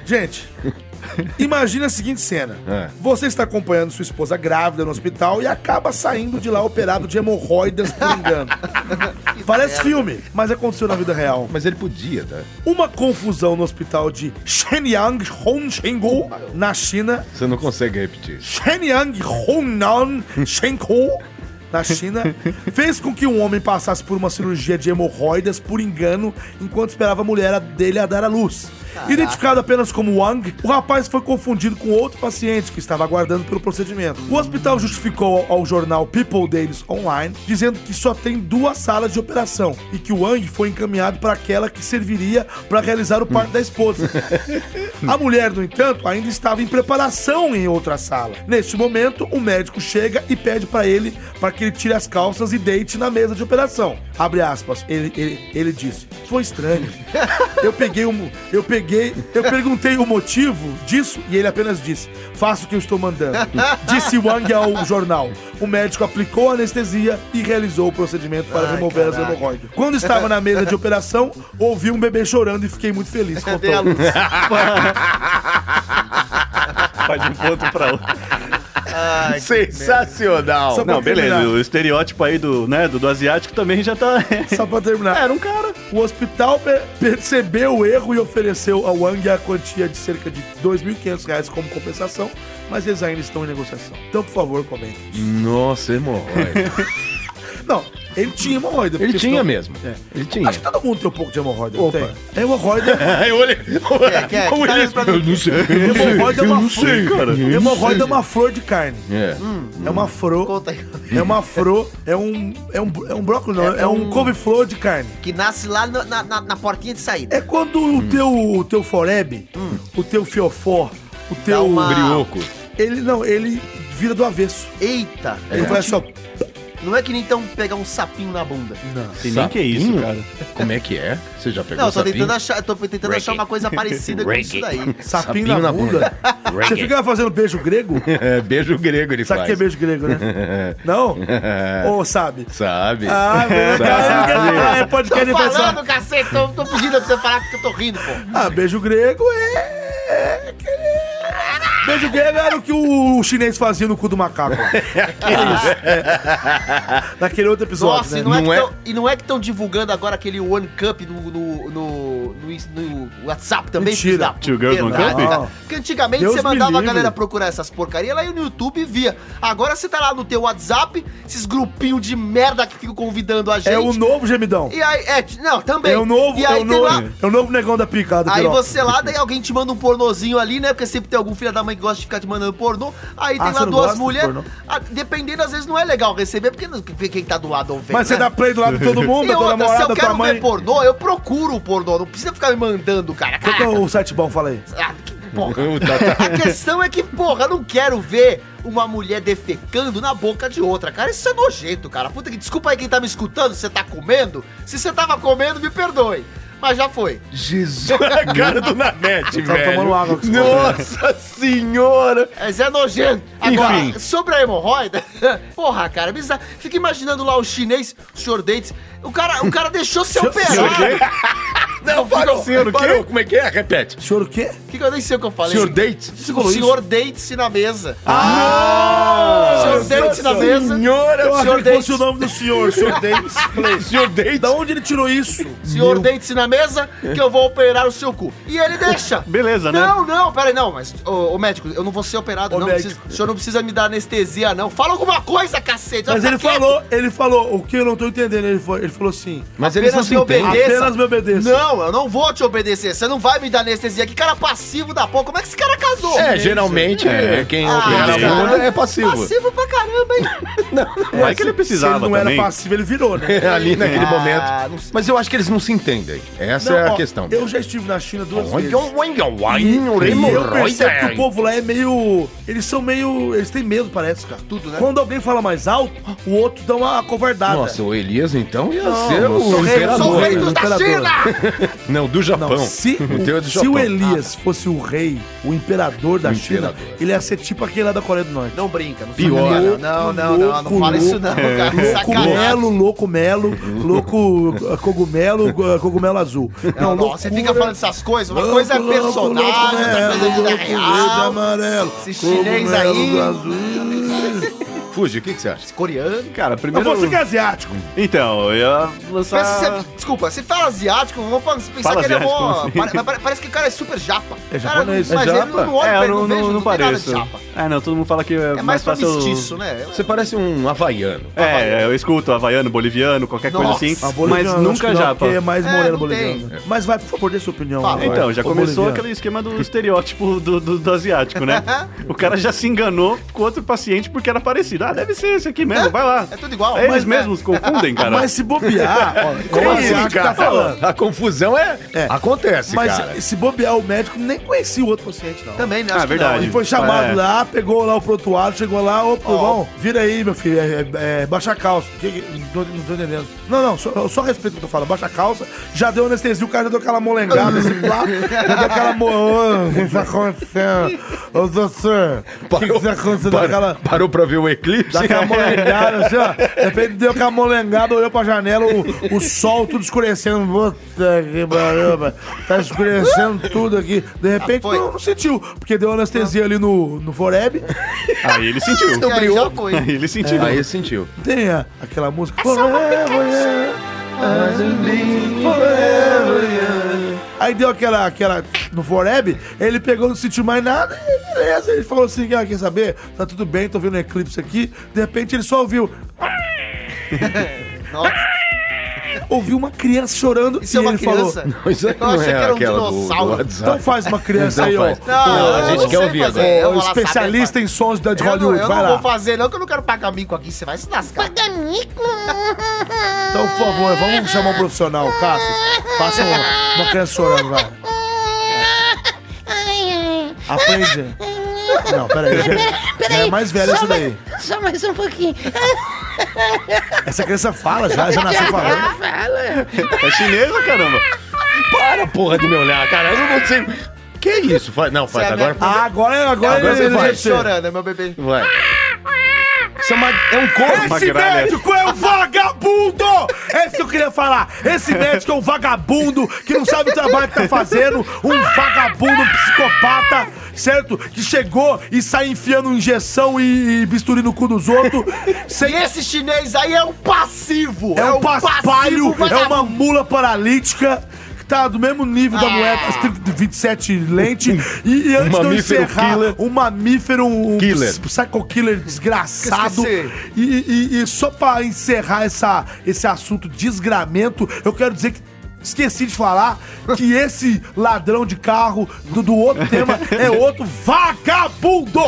Gente, imagina a seguinte cena. É. Você está acompanhando sua esposa grávida no hospital e acaba saindo de lá operado de hemorroidas por engano. Parece filme, mas aconteceu na vida real. Mas ele podia, tá? Uma confusão no hospital de Shenyang Hongshengou, na China, Você não consegue repetir. Shenyang Honan Shenkou, na China, fez com que um homem passasse por uma cirurgia de hemorroidas por engano enquanto esperava a mulher a- dele a dar à luz. Identificado apenas como Wang, o rapaz foi confundido com outro paciente que estava aguardando pelo procedimento. O hospital justificou ao jornal People Dailies Online, dizendo que só tem duas salas de operação e que o Wang foi encaminhado para aquela que serviria para realizar o parto da esposa. A mulher, no entanto, ainda estava em preparação em outra sala. Neste momento, o médico chega e pede para ele para que ele tire as calças e deite na mesa de operação. Abre aspas. Ele, ele, ele disse: foi estranho. Eu peguei um, eu peguei, eu perguntei o motivo disso e ele apenas disse: "Faço o que eu estou mandando". Disse Wang ao jornal. O médico aplicou a anestesia e realizou o procedimento para remover as hemorroidas. Quando estava na mesa de operação, ouvi um bebê chorando e fiquei muito feliz. Cadê a um- Contou. luz? Faz um ponto pra outro. Ai, Sensacional. Só pra Não, beleza. terminar. O estereótipo aí do, né, do, do asiático também já tá. Só pra terminar. Era um cara. O hospital pe- percebeu o erro e ofereceu ao Wang a quantia de cerca de R$ 2.500 reais como compensação, mas eles ainda estão em negociação. Então, por favor, comentem. Nossa, hemorroida. Não, ele tinha hemorroida. Ele porque tinha senão- mesmo. Ele tinha. É. Acho que todo mundo tem um pouco de hemorroida. Opa. Tem. É hemorroida. Aí eu olhei. que é? Que tá olhando pra mim? Eu não sei. Eu Hemorroida é uma flor. cara. Hemorroida é uma flor de carne. É. É uma flor. Conta aí. É uma flor. É um. É um, é um brócolis, não. É, um couve-flor de carne. Que nasce lá no- na, na, na portinha de saída. É quando Hum. o teu, o teu foreb, o teu fiofó, o teu. uma- Brioco. Ele não, ele vira do avesso. Eita! Ele vai só. Não é que nem então pegar um sapinho na bunda. Tem nem que é isso, Sapinho? cara. Como é que é? Você já pegou Não, eu tô sapinho? tentando achar, tô tentando achar uma coisa parecida com isso daí. Sapinho, na, bunda. Você fica fazendo beijo grego? É, beijo grego ele Sabe o faz. que é beijo grego, né? Não? Ou sabe? Sabe? Ah, velho, cara, é podcast de Tô pessoa. falando, cacete, tô, tô pedindo pra você falar porque eu tô rindo, pô. Ah, beijo grego é. aquele- Beijo grego era o que o chinês fazia no cu do macaco. que isso? É. Naquele outro episódio. Nossa, né? e não, Não é é- que tão- e não é que estão divulgando agora aquele One Cup no, no, no, no is- no WhatsApp também? Mentira. filhos da puta, Two Girls, One verdade, Cup? cara. Porque antigamente Deus você me mandava a livre. galera procurar essas porcarias lá no YouTube e via. Agora você tá lá no teu WhatsApp, esses grupinhos de merda que ficam convidando a gente. É o novo gemidão. E aí, é, t- não, também. É o novo, e é aí tem o novo, lá, é o novo negão da picada. Aí piroca. você lá, daí alguém te manda um pornozinho ali, né? Porque sempre tem algum filho da mãe que gosta de ficar te mandando pornô. Aí Ah, tem você lá não duas gosta de mulheres. pornô? Ah, Dependendo, às vezes não é legal receber, porque não- porque quem tá do lado ou vem. Mas você né? dá play do lado de todo e mundo, da tua outra, se eu namorada, da tua quero mãe. ver pornô, eu procuro o pornô. Não precisa ficar me mandando, cara. Qual que é Caraca, o site bom? Fala aí. ah, que porra. Eu tá- tá- A questão é que, porra, eu não quero ver uma mulher defecando na boca de outra, cara. Isso é nojento, cara. Puta que desculpa aí quem tá me escutando, se você tá comendo. Se você tava comendo, me perdoe. Mas já foi. Jesus, a cara do Nanete, tava velho. tomando água com esse Nossa senhora. Mas é nojento. Agora, Enfim. sobre a hemorroida, porra, cara, é bizarro. Fica imaginando lá o chinês, o senhor Dentes, o cara, o cara deixou se senhor operar. Não, parou. O Senhor, parou. Como é que é? Repete. Senhor o quê? que, que eu nem sei o que eu falei? Senhor Date? Você falou O senhor Dentes na mesa. Ah! senhor Dentes na mesa. Eu senhor achei que fosse Dentes. o nome do senhor, senhor Davis. Falei, Senhor Date? da onde ele tirou isso? Senhor Dentes na mesa, que eu vou operar o seu cu. E ele deixa. Beleza, né? Não, não, peraí, não, mas, ô, ô, médico, eu não vou ser operado, Ô, não. médico. Precisa, o senhor não precisa me dar anestesia, não. Fala alguma coisa, cacete. vai Mas ficar ele tá quieto. falou, ele falou, o que eu não tô entendendo, ele falou, ele falou assim, Mas eles não Apenas se me entendem. obedeça. Apenas me obedeça. Não, eu não vou te obedecer. Você não vai me dar anestesia. Que cara passivo da porra. Como é que esse cara casou? É, geralmente é, quem Ah, opera a cara. bunda é passivo. Passivo pra caramba, hein? É Vai que ele se precisava ele não também. era passivo, ele virou, né? Ali naquele Ah, não momento. sei. Mas eu acho que eles não se entendem. Essa Não, é a ó, questão. Eu já estive na China duas Olha, vezes. olha, olha, E eu percebo que hemorroida. o povo lá é meio. Eles são meio. Eles têm medo, parece, cara. Tudo, né? Quando alguém fala mais alto, o outro dá uma covardada. Nossa, o Elias então ia ser Sou rei- o sou imperador. rei né? dos da Imperador. China! Não, do Japão. Não, se, O teu é o, do se Japão. o Elias fosse o rei, o imperador da O China, imperador. ele ia ser tipo aquele lá da Coreia do Norte. Não brinca, não Pior. sacaneia, Não, não, não, não, não Louco, fala isso não, louco, cara. Louco Sacanagem. melo, louco melo, louco eh, cogumelo, eh, cogumelo azul. Não, não, você fica falando essas coisas. Uma coisa é personagem, outra coisa é vida real. amarelo. Esse chinês aí. cogumelo azul. Fuji, Ah, o que, que você acha? Esse Coreano. Cara, Eu primeiro. vou ficar asiático. Então, eu ia lançar. Pensa, você- desculpa, você fala asiático, vamos pensar Fala que ele é asiático, mó. como assim? pare- pare- parece que o cara é super japa. É Cara, japonês, mas é ele japa. não olha, é, pra eu ele, não, não, vejo, não tem nada de pareço. japa. É, não, todo mundo fala que é, É mais mais pra fácil. mestiço, né? Você parece um havaiano. É, eu escuto havaiano, boliviano, qualquer coisa Nossa. assim. Ah, Mas boliviano, acho que nunca não, japa. porque É mais É, moreno não boliviano. Mas vai, por favor, dê sua opinião. Fala. vai. Então, já Ô, começou boliviano. aquele esquema do estereótipo do, do, do asiático, né? o cara já se enganou com outro paciente porque era parecido. ah, deve ser esse aqui mesmo, vai lá. É tudo igual. Eles Mas, né? mesmos confundem, cara. Mas se bobear, ó, como Ih, assim que tá cara, falando? A confusão é. É. Acontece, Mas cara. se bobear, o médico nem conhecia o outro paciente, não. Também, né? Ah, Acho que verdade. Ele foi chamado É. lá, pegou lá o prontuário, chegou lá, ô, Ó. Pulvão, vira aí, meu filho, é, é, é, baixa a calça. Que- que- não, tô, não tô entendendo. Não, não, só, só respeito o que eu tô falando, baixa a calça, já deu anestesia, o cara já deu aquela molengada, assim, lá, já deu aquela mo... Ô, O que tá acontecendo? Ô, doutor, o que que tá acontecendo? Deu parou, aquela... parou pra ver o eclipse? É. Dá aquela molengada, assim, ó. De repente deu aquela molengada, olhou pra janela, o, o sol tudo escurecendo. Puta que pariu, velho. Tá escurecendo tudo aqui. De repente, foi. não, não sentiu, porque deu anestesia ali no, no Foreb. Aí Ah, ele sentiu. E aí já foi. Aí ele sentiu. É. Aí sentiu. Tem a- aquela música. Forever um Young, Forever Young. Aí deu aquela, aquela no Foreb, ele pegou, não sentiu mais nada, e beleza. Ele falou assim: ah, quer saber? Tá tudo bem, tô vendo um eclipse aqui. De repente ele só ouviu. Nossa, ouviu uma criança chorando isso é e uma ele criança. falou. Isso aí Eu não achei é que era um aquela do- do dinossauro. WhatsApp. Então faz uma criança aí, Não ó. faz. Não, a eu gente não quer sei ouvir fazer, agora. eu É O vou lá saber, especialista pai. em sons da de Eu não, Hollywood, eu vai não lá. vou fazer, não, que eu não quero pagar mico aqui. Você vai se lascar. Paganico. Então, por favor, vamos chamar um profissional, Cassius. Faça uma, uma criança chorando, vai. Ai, ai. Aprende. Ah, é. Não, peraí. Já, já é mais velha só essa daí. mais- Só mais um pouquinho. Essa criança fala já, já nasceu falando. Fala. É chinesa, caramba. Para, porra, de me olhar, cara. Eu não consigo. Que isso? Faz- Não, faz Você é agora. minha- Ah, agora, agora, Agora ele- você ele vai. vai. Bebê chorando, é meu bebê. Vai. Isso é, uma- é um corpo. Uma gralha. é um vagabundo! Esse que eu queria falar. Esse médico é um vagabundo que não sabe o trabalho que tá fazendo. Um vagabundo psicopata, certo? Que chegou e sai enfiando injeção e, e bisturi no cu dos outros. E Sem... esse chinês aí é um passivo. É um paspalho, passivo é uma vagabundo. mula paralítica. que Tá do mesmo nível da moeda, as 30 27 lentes. E, e antes de eu mamífero encerrar, killer. um mamífero, um Killer. ps- psycho killer desgraçado. Esqueci. E, e- e só pra encerrar essa, esse assunto desgramento, eu quero dizer que esqueci de falar que esse ladrão de carro do, do outro tema é outro vagabundo!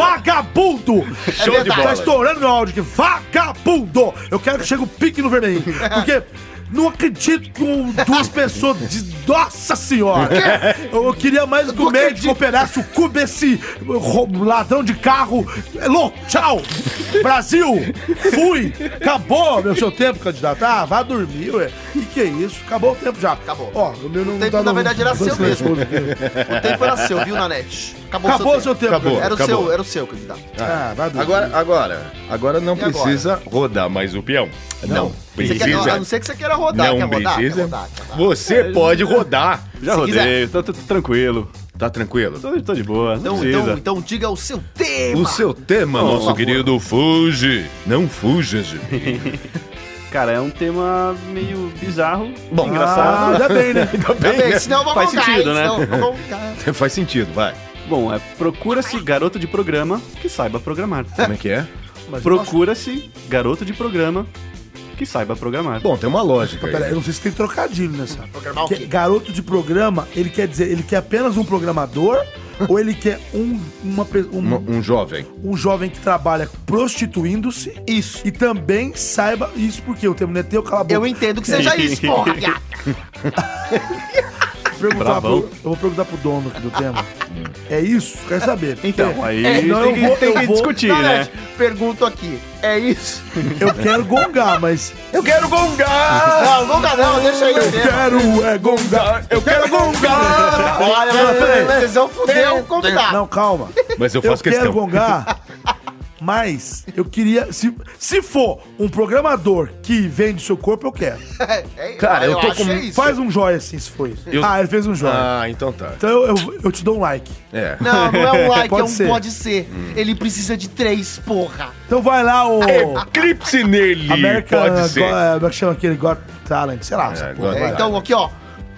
Vagabundo! Show de Tá bola. estourando meu áudio aqui. Vagabundo! Eu quero que chegue o pique no vermelho. Porque não acredito que um- duas pessoas. de- Nossa senhora! Eu queria mais que o médico operasse o cu desse ro- ladrão de carro. Alô, tchau! Brasil! Fui! Acabou meu seu tempo, candidato. Ah, vai dormir, ué. E que é isso? Acabou o tempo já. Acabou. Ó, o meu não, tá tempo, na verdade, era seu mesmo. mesmo. O tempo era seu, viu, Nanete? Acabou, Acabou o seu tempo. Acabou. candidato. Era o seu, era o seu, candidato. Ah, vai dormir. Agora, agora, agora não E agora? precisa rodar mais o peão. Não, Você precisa. quer, a não ser que você queira rodar, não quer rodar? precisa. Quer rodar, quer rodar. Você pode rodar. Já Se rodei, quiser. tô, tô- tô tranquilo. Tá tranquilo? Tô, tô de boa, não Então, então, precisa. então diga o seu tema. O seu tema, Não, por nosso favor. querido Fuge. Não fuja de mim. Cara, é um tema meio bizarro, Bom. Ah, engraçado. ainda bem, né? Tá Ainda bem, bem, senão eu vou Faz gongar, sentido, hein, né? senão eu vou gongar. né? Faz sentido, vai. Bom, é procura-se garoto de programa que saiba programar. Como é que é? Procura-se garoto de programa que saiba programar. Bom, tem uma lógica. aí. né? Pera, eu não sei se tem trocadilho nessa. Programar o Que- quê? garoto de programa, ele quer dizer, ele quer apenas um programador ou ele quer um, uma, pe- Uma- um, um jovem. um jovem que trabalha prostituindo-se Isso. e também saiba isso porque o termo não é teu, cala a boca. Eu entendo que seja isso, porra, viado. Vou perguntar pro, Bravão. eu vou perguntar pro dono aqui do tema. é isso? Quero saber. porque Então, aí é, não, um tem, eu que, vou- tem eu que vou- discutir, Nanete, né? pergunto aqui, é isso? Eu quero gongar, mas... Eu quero gongar! Não, nunca não, deixa aí o tema. quero é gongar, eu quero gongar! Olha, mano, peraí, vocês vão foder o convidado. Não, calma. Mas eu Eu, faço quero questão. gongar, mas eu queria. Se, se for um programador que vende seu corpo, eu quero. É, Cara, eu tô acho com- é isso. Faz um joia assim, se foi. Eu- Ah, ele fez um joia. Ah, então tá. Então eu, eu, eu te dou um like. É. Não, não é um like, Pode é um ser. Hum. pode ser. Ele precisa de três, porra. Então vai lá, o. Eclipse nele! American. pode ser. Go- é, Como é que chama aquele Got Talent? Sei lá. É, essa Got porra, É, vai lá. então aqui, ó.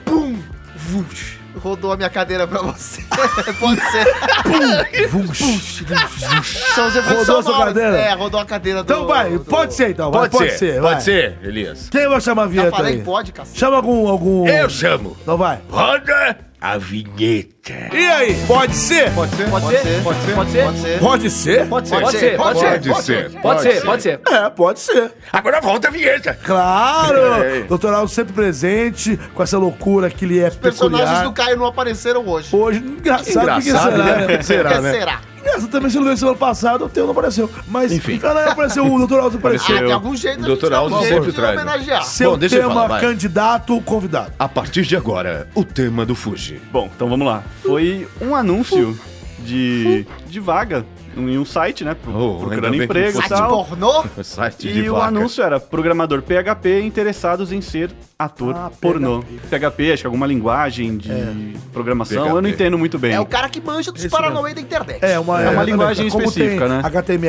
Pum! Vush. Rodou a minha cadeira pra você. Pode ser. Vush, vush, vush. São os efeitos Rodou a sua sonoros. cadeira? É, rodou a cadeira do- Então vai, do- pode ser então. vai, Pode, ser, vai. pode ser, Elias. Quem vai chamar a Já vinheta falei, aí? pode, cacete. Chama algum. algum... Eu chamo. Então vai. Roda a vinheta. E aí, pode ser? Pode ser? Pode ser? Pode ser? Pode ser? Pode ser? Pode ser? Pode Pode ser? Pode ser? Pode ser. Pode ser? Pode ser? É, pode ser. Agora volta a vinheta. Claro! É. Doutor Aldo sempre presente, com essa loucura que ele é Personagens peculiar. do Caio não apareceram hoje. Hoje, engraçado, Engraçado, porque será, né? né? Será, Por que né? será? Engraçado também, se não veio semana passada, o teu não apareceu. Mas, Enfim. Cara, apareceu, o doutor Aldo apareceu. Ah, Ah, de algum jeito a Doutor gente dá um Aldo jeito sempre de traz, né? homenagear. Seu Bom, deixa eu tema, falar, vai. candidato, convidado. A partir de agora, o tema do Fuji. Bom, então vamos lá. Foi um anúncio de, de vaga em um site, né? pro- Oh, ainda procurando bem que emprego e Site tal. Ah, pornô? é O site E o anúncio era programador PHP interessados em ser ator Ah, PHP. pornô. PHP, acho que alguma linguagem de programação, eu não PHP. entendo muito bem. É o cara que manja dos Isso paranauê da internet. É uma, É uma linguagem como tem específica, né?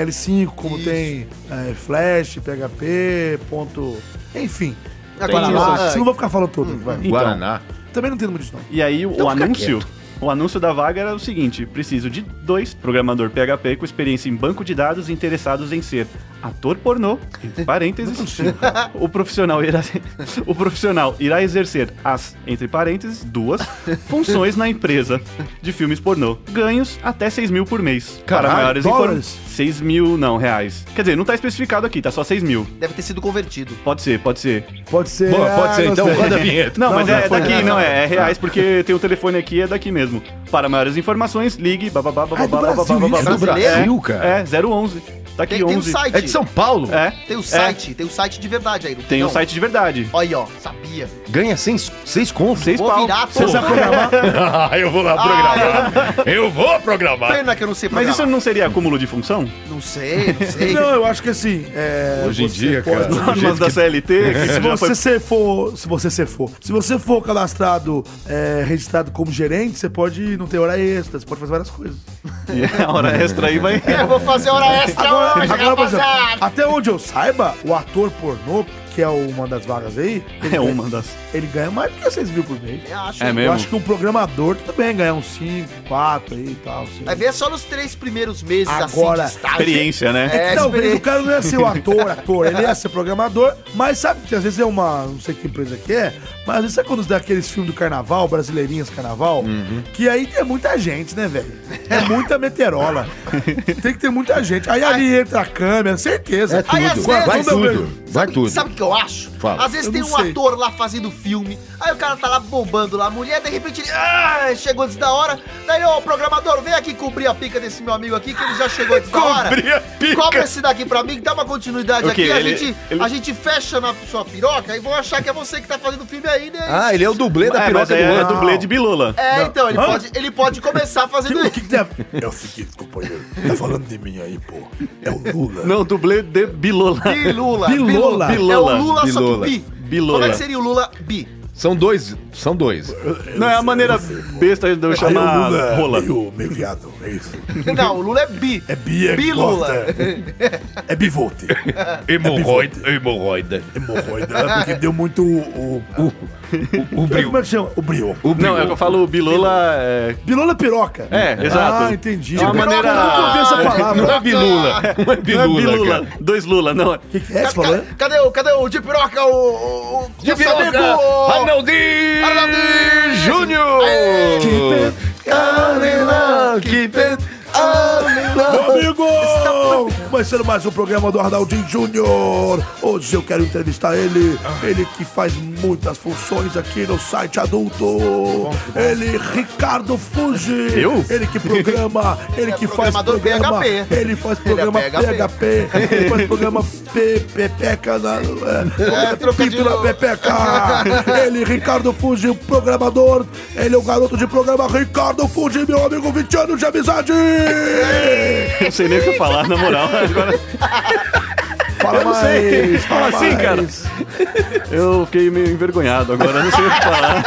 HTML5, como tem é, Flash, PHP, ponto... Enfim. Tem Guaraná. isso. Ah, Isso, não vou ficar falando tudo. vai. Então, Guaraná. Também não entendo muito disso, não. E aí Então o anúncio, o anúncio da vaga era o seguinte: preciso de dois programador PHP com experiência em banco de dados interessados em ser ator pornô, entre parênteses. o profissional irá o profissional irá exercer as, entre parênteses, duas funções na empresa de filmes pornô. Ganhos até 6 mil por mês. Caralho, para maiores dólares? 6 mil, não, reais. Quer dizer, não tá especificado aqui, tá só 6 mil. Deve ter sido convertido. Pode ser, pode ser. Pode ser... Boa, pode ah, ser, então gostei. roda a vinheta. Não, mas Não, é, não, foi- né? Tá. daqui, não, é, é reais, porque tem o telefone aqui, é daqui mesmo. Para maiores informações, ligue, bababá, Ah, é do bababá, bababá, Brasil bababá, isso, É do babá. Brasil, É, cara? é, 011. Tá aqui, Tem, tem um 11. site. É de São Paulo? É, Tem o é, site. Tem o site de verdade aí. não tem um não? site de verdade. Olha aí, ó. Sabia. Ganha seis, seis contos. Seis Vou pau. virar, Você pô. sabe programar? Ah, eu vou lá programar. eu vou programar. Pena que eu não sei Mas isso programar. não seria acúmulo de função? Não sei, não sei. Não, eu acho que assim... é, Hoje em você dia, pode- cara. Do Normas jeito da que- CLT, que Se isso já foi... você se for, se você se for, se você for cadastrado, é, registrado como gerente, você pode não ter hora extra, você pode fazer várias coisas. E É, a hora extra aí vai... É, Eu vou fazer hora extra Agora, hoje, agora, por exemplo, rapaziada. até onde eu saiba, o ator pornô, que é uma das vagas aí, ele, É ganha- uma das... ele ganha mais do que 6 mil por mês. Eu acho. É Eu mesmo? acho que um programador também ganha uns 5, 4 aí e tal. Assim. Vai ver só nos três primeiros meses Agora, assim de estágio. Experiência, né? É, Talvez o experiência. cara não ia ser o ator, ator, ele ia ser programador, mas sabe que às vezes é uma, não sei que empresa que é, mas às vezes sabe quando dá aqueles filmes do carnaval, brasileirinhas carnaval, Uhum. que aí tem muita gente, né, velho? É muita meterola. tem que ter muita gente. Aí ali entra a câmera, certeza. É Aí, às tudo. vezes, Vai quando eu tudo. Vai tudo. Sabe o que eu acho? Fala. Às vezes Eu tem não um sei. ator lá fazendo filme, aí o cara tá lá bombando lá a mulher, de repente ele ah, chegou antes da hora. Daí, ô programador, vem aqui cobrir a pica desse meu amigo aqui, que ele já chegou antes da hora. Cobrir a pica. Cobra esse daqui pra mim, dá uma continuidade O quê? aqui. A, Ele- gente, ele- a gente fecha na sua piroca e vão achar que é você que tá fazendo filme ainda. hein? Ah, ele é o dublê da É, mas piroca aí do é ano. dublê de Bilula. É, então, ele pode, ele pode começar fazendo Ah, O isso. que, que tem a... É o seguinte, companheiro. Tá falando de mim aí, pô. É o Lula. Não, dublê de Bilula. Bilula. Bilola. É o Lula, só Bilola. que bi. Bilola. Como é que seria o Lula bi? São dois. São dois. Não, é a maneira besta de eu Aí o chamar Lula é rola. Meio, meio viado, é isso. Não, o Lula é bi. É bi, é Bilula. gorda. É bivolte. Hemorroida, hemorroida. Hemorroida. É porque deu muito o... o, o, O brilho. Como é que chama? O brio. Não, é o que eu falo Bilula é. Bilola piroca. É, exato. Ah, entendi. É uma Piroca, maneira- Eu nunca ouvi Ah, essa Não palavra. é bilula. Não é Não é bilula, Bilula, cara. dois Lula, não. é- O que, que é que você falou? Cadê, né? cadê o, cadê o de piroca, o- o... o De nosso piroca, Ah, amigo, o- Arnaldinho Arnaldinho Júnior. Meu amigo! Começando mais um programa do Arnaldinho Júnior. Hoje eu quero entrevistar ele. Ah. Ele que faz muitas funções aqui no site adulto. Ele, Ricardo Fuji. Eu? Ele que programa. Ele é que faz programador programa. PHP. Ele faz programa Ele é PHP. Ele faz programa P- Pepeca na... É, É, trocadilho. Pípila Pepeca. Ele, Ricardo Fuji, o programador. Ele é o garoto de programa Ricardo Fuji, meu amigo 20 anos de amizade. Não sei nem o que falar, na moral. Agora Fala mais, Como fala assim, cara? mais. eu fiquei meio envergonhado agora, não sei o que falar.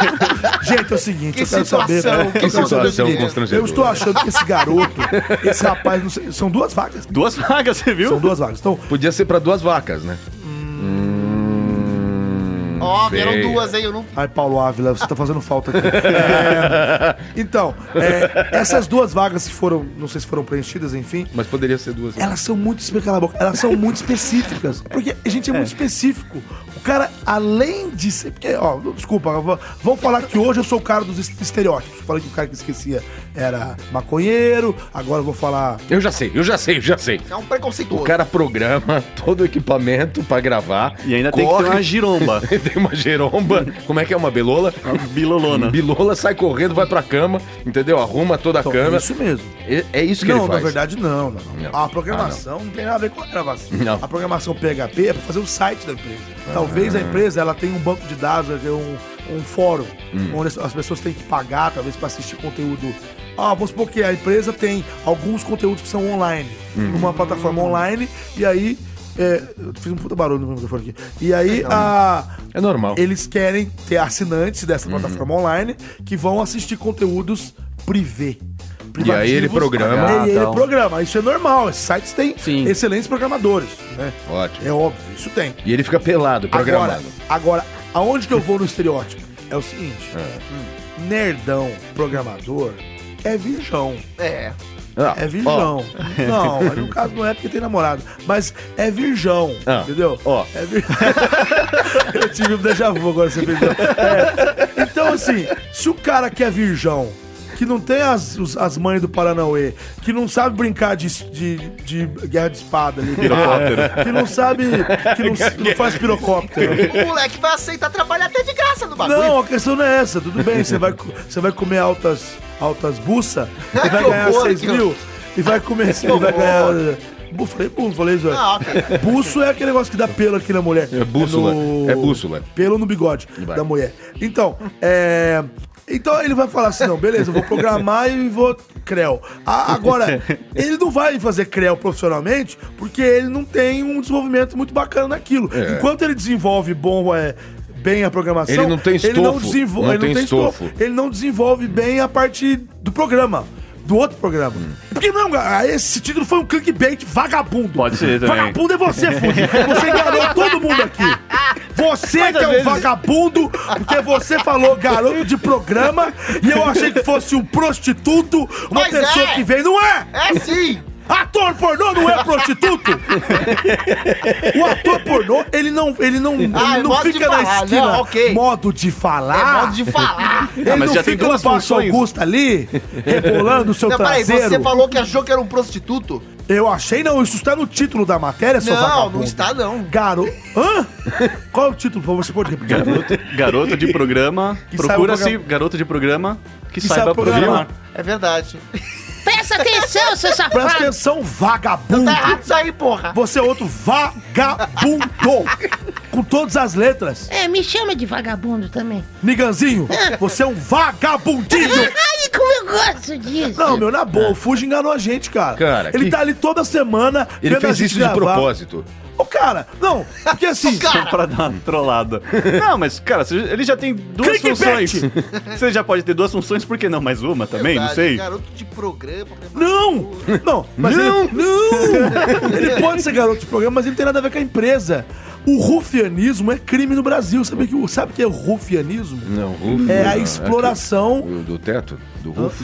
Gente, é o seguinte, Que eu quero saber. situação, que eu, quero saber o situação seguinte, constrangedora. eu estou achando que esse garoto, esse rapaz, não sei, são duas vagas. Duas vagas, você viu? São duas vagas. Então, Podia ser pra duas vacas, né? Ó, vieram Feia. duas, hein? Eu não... ai, Paulo Ávila, você tá fazendo falta aqui. É, então, é, essas duas vagas que foram, não sei se foram preenchidas, enfim, Mas poderia ser duas. né? elas são muito espe- cala a boca, elas são muito específicas. Porque a gente é, muito específico. O cara, além de ser. Porque, ó, desculpa, eu vou- vamos falar que hoje eu sou o cara dos es- estereótipos. Falei que o cara que esquecia era maconheiro, agora eu vou falar. Eu já sei, eu já sei, eu já sei. É um preconceituoso. O cara programa todo o equipamento pra gravar. E ainda tem que ter uma giromba. tem uma giromba. Como é que é uma belola? Bilolona. Bilola sai correndo, vai pra cama, entendeu? Arruma toda a Então, cama. é isso mesmo. É, é isso que não, ele faz. na verdade, não, não, não. Não. A programação não. tem nada a ver com a gravação. Não. A programação PHP é pra fazer o site da empresa. Talvez a empresa ela tenha um banco de dados, vai ter um, um fórum, Hum. onde as- as pessoas têm que pagar, talvez, pra assistir conteúdo. Ah, vamos supor que a empresa tem alguns conteúdos que são online, Hum. numa plataforma online, e aí. é, eu fiz um puta barulho no meu microfone aqui. E aí, a, é normal. Eles querem ter assinantes dessa Uhum. plataforma online que vão assistir conteúdos privê E aí ele programa. e aí ele Ah, então. programa. Isso é normal. Esses sites têm excelentes programadores. né? Ótimo. É óbvio, isso tem. E ele fica pelado, Agora, programado. agora, aonde que eu vou no estereótipo? É o seguinte: hum, nerdão programador é virgão. É. Ah, É virgão. ó. Não, mas no caso não é porque tem namorado. Mas é virgão. Ah, entendeu? Ó. É vir... eu tive um déjà vu agora, você perdeu. É. Então, assim, se o cara que é virgão, que não tem as, os- as mães do Paranauê, que não sabe brincar de, de, de guerra de espada ali, Pirocóptero. que não sabe. que não, que não faz pirocóptero. O moleque vai aceitar trabalhar até de graça no bagulho. Não, a questão não é essa. Tudo bem, você vai, co- você vai comer altas, altas buças e vai Que ganhar horror, 6 que mil horror. e vai comer. Que E vai horror. ganhar. eh, Bu, falei, bu, falei isso. Ah, ok. Buço é aquele negócio que dá pelo aqui na mulher. É bússola. no- É bússola. Pelo no bigode Vai. da mulher. Então, é. Então ele vai falar assim: não, beleza, eu vou programar e vou creu. A- agora, ele não vai fazer creu profissionalmente porque ele não tem um desenvolvimento muito bacana naquilo. É. Enquanto ele desenvolve bom. É, Bem a programação. Ele não tem Ele não, estofo. desenvol- Não ele não tem tem estofo. estofo. Ele não desenvolve bem a parte do programa. Do outro programa. Hum. Porque não, ah, esse título foi um clickbait vagabundo. Pode ser também. Vagabundo é você, Fuji. Você enganou todo mundo aqui. Você Mas, que é às um vezes- vagabundo, porque você falou garoto de programa e eu achei que fosse um prostituto, uma Mas pessoa é. que vem. Não é? É sim! Ator pornô não é prostituto! o ator pornô, ele não, ele não, Ah, ele não modo de fica na falar, né? esquina. Ok. Modo de falar. É modo de falar. Ele Ah, mas não já tem fica na duas Paixão funções. Augusta ali, rebolando o seu Não, peraí, traseiro. você falou que achou que era um prostituto? Eu achei não, isso está no título da matéria, seu Não, vagabundo. não está, não. Garoto. Hã? Qual é o título? Você pode repetir? Garoto, garoto de programa. Que saiba Procura-se programar. garoto de programa Que que, saiba saiba programar. programar. É verdade. Presta atenção, seu safado. Presta atenção, vagabundo. Tá errado isso aí, porra. Você é outro vagabundo. com todas as letras. É, me chama de vagabundo também. Niganzinho, você é um vagabundinho. Ai, como eu gosto disso. Não, meu, na boa, o Fuji enganou a gente, cara. Cara, ele que- tá ali toda semana. Ele vendo a fez gente isso de gravar. propósito. Ô, cara, não, porque assim. Só pra dar uma trollada. Não, mas, cara, você- ele já tem duas Clickbait! funções. Você já pode ter duas funções, por que não mais uma também? É Verdade, Não sei. Garoto de programa. Não! Não! Mas Não! Ele, não! Ele pode ser garoto de programa, mas ele não tem nada a ver com a empresa. O rufianismo é crime no Brasil. Sabe o que, sabe o que é rufianismo? Não, roof. É a não, aqui. exploração- Ah. Do, do teto? Do roof?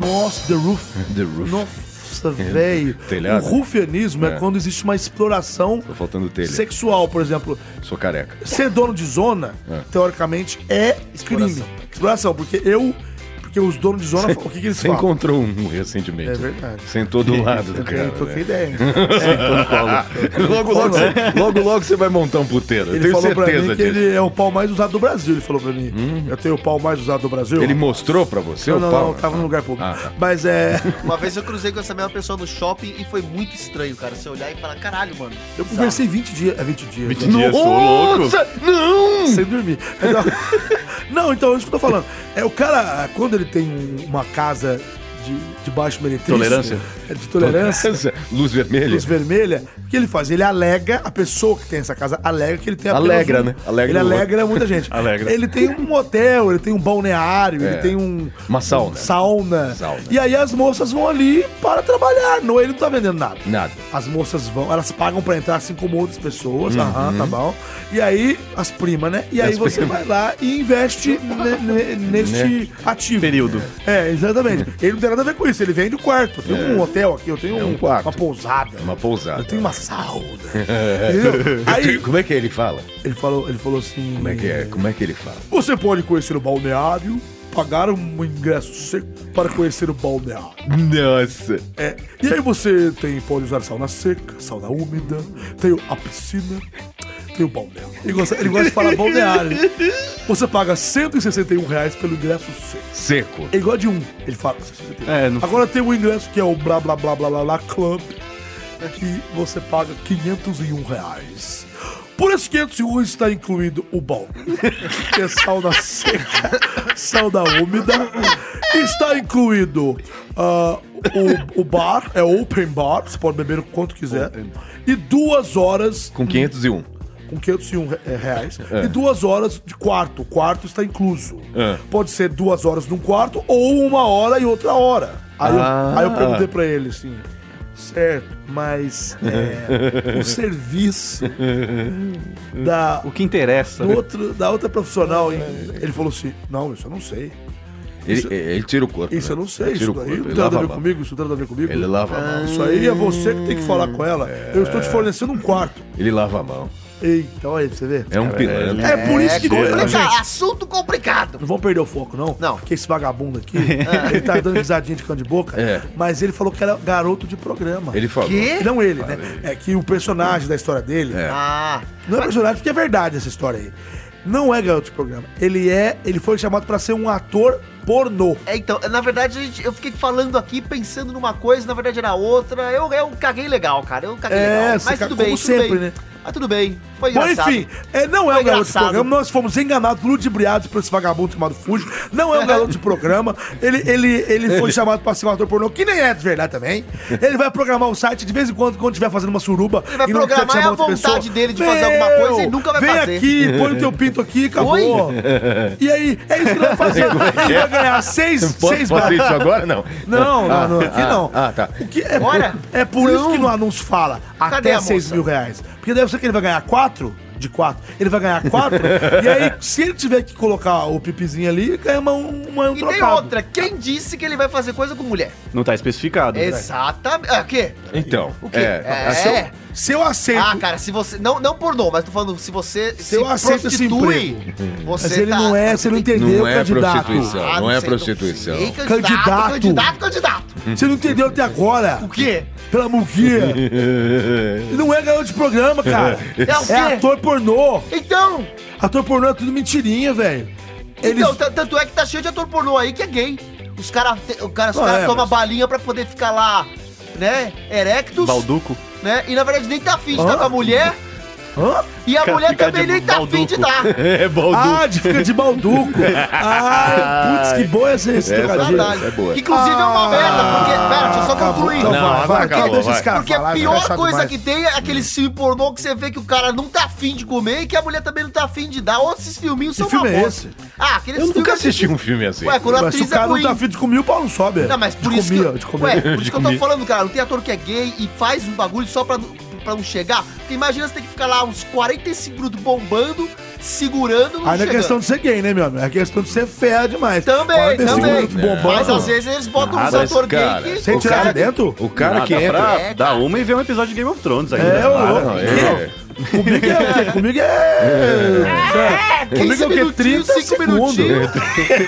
Nossa, The Roof. The roof. Nossa, É, velho. telhado. O rufianismo é. É. quando existe uma exploração Tô faltando telha. sexual, por exemplo. Sou careca. Ser dono de zona, É. teoricamente, é crime. Exploração, porque eu. Porque os donos de zona, o que, que eles Você falam? encontrou um recentemente. É verdade. um Sentou do lado do Eu cara. troquei né? ideia. É. Sentou no colo. logo, logo, você, logo, logo você vai montar um puteiro. Ele eu tenho falou pra certeza mim que disso. Hum. ele é o pau mais usado do Brasil, ele falou pra mim. Eu tenho o pau mais usado do Brasil. Ele... mostrou pra você não, o não, pau? não, tava num lugar público. Ah, tá. Mas é. Uma vez eu cruzei com essa mesma pessoa no shopping e foi muito estranho, cara. Você olhar e falar, caralho, mano. Eu conversei 20 dias. É 20 dias. 20 dias, ô, Nossa, Não! Sem dormir. Então- não, então é isso que eu tô falando. É o cara, quando ele tem uma casa de, de baixo meretriz. Tolerância? É de tolerância. Luz vermelha? Luz vermelha, o que ele faz? Ele alega, a pessoa que tem essa casa alega que ele tem apenas Alegra, um- né? Alegra ele o outro. alegra muita gente. Alegra. Ele tem um hotel, ele tem um balneário, É. ele tem um. Uma sauna. um sauna. Sauna. E aí as moças vão ali para trabalhar. Não, ele não tá vendendo nada. Nada. As moças vão, elas pagam pra entrar assim como outras pessoas. Uhum. Aham, tá bom. E aí, as primas, né? E aí As você primas. vai lá e investe ne- ne- neste Né? ativo. Período. É, exatamente. Ele não tem nada a ver com isso. Ele vende o quarto. Eu tenho É. um hotel aqui, eu tenho É um um- quarto. uma pousada. É Uma pousada. Eu tenho uma sauna. Entendeu? Aí- Como é que ele fala? Ele falou, ele falou assim. Como é que é? Como é que ele fala? Você pode conhecer o balneário, pagar um ingresso seco para conhecer o balneário. Nossa. É, e aí você tem, pode usar sauna seca, sauna úmida, tem a piscina, tem o balneário. Ele gosta, ele gosta de falar balneário. Você paga R$ 161 reais pelo ingresso seco. Seco. É igual de um. Ele fala. É, não- Agora tem um ingresso que é o blá blá blá blá blá, blá club, é que você paga 501 reais. Por esses 501 está incluído o balde, que é sauna seca, sauna úmida. Está incluído ah, o, o bar, é open bar, você pode beber o quanto quiser. E duas horas Com 501. com 501 re- eh, reais. É. E duas horas de quarto. O quarto está incluso. É. Pode ser duas horas num quarto ou uma hora e outra hora. Aí, Ah. eu, aí eu perguntei pra ele assim: certo, mas é, o serviço da, O que interessa. do né?" outro- da outra profissional. hein? Ele falou assim: não, isso eu não sei. Ele, Isso- ele tira o corpo. Isso né? eu não sei. Ele tira Isso o corpo. daí não Ele tem nada a lava ver a mão. comigo. Isso não tem nada a ver comigo. Ele lava a mão. É. Isso aí é você que tem que falar com ela. Eu estou te fornecendo um quarto. Ele lava a mão. Eita, olha aí pra você ver. É né? um pilantra. É por isso que complicado, gente. assunto complicado. Não vamos perder o foco, não? Não. Porque esse vagabundo aqui, ele tá dando risadinha de cão de boca, É. mas ele falou que era garoto de programa. Ele falou. Que? Não ele, né? É que o personagem da história dele. É. Ah, Não é personagem, porque é verdade essa história aí. Não é garoto de programa. Ele é. Ele foi chamado pra ser um ator pornô. é, então, na verdade, a gente- eu fiquei falando aqui, pensando numa coisa, na verdade era outra. Eu, eu caguei legal, cara. Eu caguei É, legal. você Mas ca- tudo como bem, sempre, tudo bem. né? Mas tudo bem. Foi Bom, engraçado. enfim, é, não é Foi um garoto de engraçado. programa, nós fomos enganados, ludibriados por esse vagabundo chamado Fuji. Não é um garoto de programa, ele, ele, ele foi chamado pra ser um ator pornô, que nem é de verdade também. Ele vai programar o site de vez em quando, quando estiver fazendo uma suruba. Ele vai e não quiser programar chamar a outra vontade dele de fazer alguma coisa, ele nunca vai vem fazer. aqui, põe o teu pinto aqui, acabou. E aí, é isso que é? ele vai fazer. Ele vai ganhar seis, Posso seis fazer isso barras. agora? Não. Não, não, Ah, não, aqui ah, não. Ah, tá. O que é, Bora? por, é por isso que no anúncio fala Cadê até a 6 moça? mil reais. Porque deve ser que ele vai ganhar 4 de 4. Ele vai ganhar 4 e aí, se ele tiver que colocar o pipizinho ali, ganha uma, uma, um E tem trocado. outra. Quem disse que ele vai fazer coisa com mulher? Não tá especificado. é. Exatamente. Ah, o quê? Então. O quê? É. Se eu, se eu aceito. Ah, cara, se você. Não, não pornô, mas tô falando, se você se, eu aceito esse você mas ele tá- não é, você não entendeu, Não é candidato. prostituição. Ah, Não é sei, prostituição. sei, Candidato. Candidato, candidato. Você não entendeu até agora. O quê? Pela mulher. Ele não é garoto de programa, cara. É o quê? É ator pornô. Então, Ator pornô é tudo mentirinha, velho. Eles- então, t- tanto é que tá cheio de ator pornô aí que é gay. Os caras cara, os Ah, cara é, tomam mas- balinha pra poder ficar lá, né? Erectus, Balduco. né? E na verdade nem tá afim de Hã? estar com a mulher. Hã? E a Fica- mulher fica também de nem tá afim de balduco. dar. É baldu. Ah, de fica de balduco. ah, putz, que boa essa esse Essa- trocadilho. é boa. Que, inclusive é uma merda, porque. Pera, deixa eu só Ah, Acabou. concluir. Então Não, vai, agora vai, acabou, deixa vai. esse cara Porque falar, a vai pior achar coisa demais. que tem é aquele filme pornô que você vê que o cara não tá afim de comer e que a mulher também não tá afim de dar. Ou esses filminhos Que são filme uma é bosta. Ah, aqueles Eu nunca filmes assisti difíceis. um filme assim. Ué, quando a Mas se o atriz é cara não ruim. tá afim de comer, o pau não sobe. Não, mas por de isso comia, que. De Ué, comer. por isso que eu tô comer. falando, cara. Não tem ator que é gay e faz um bagulho só pra, pra não chegar. Porque imagina você tem que ficar lá uns 45 minutos bombando, segurando, não Aí não é chegando. questão de ser gay, né, meu amigo? É questão de ser fera demais. Também, 45 também. minutos bombando. Mas às vezes eles botam uns Ah, mas, ator cara, gay que. Sem o tirar de cara- dentro? O cara Ah, que dá entra. pra É, dar uma e ver um episódio de Game of Thrones ainda. né? É, ô, Claro. louco. Não, é. Comigo é o quê? Comigo é. É, Comigo 15 é o quê? minutinhos, 30 5 segundos. minutinhos.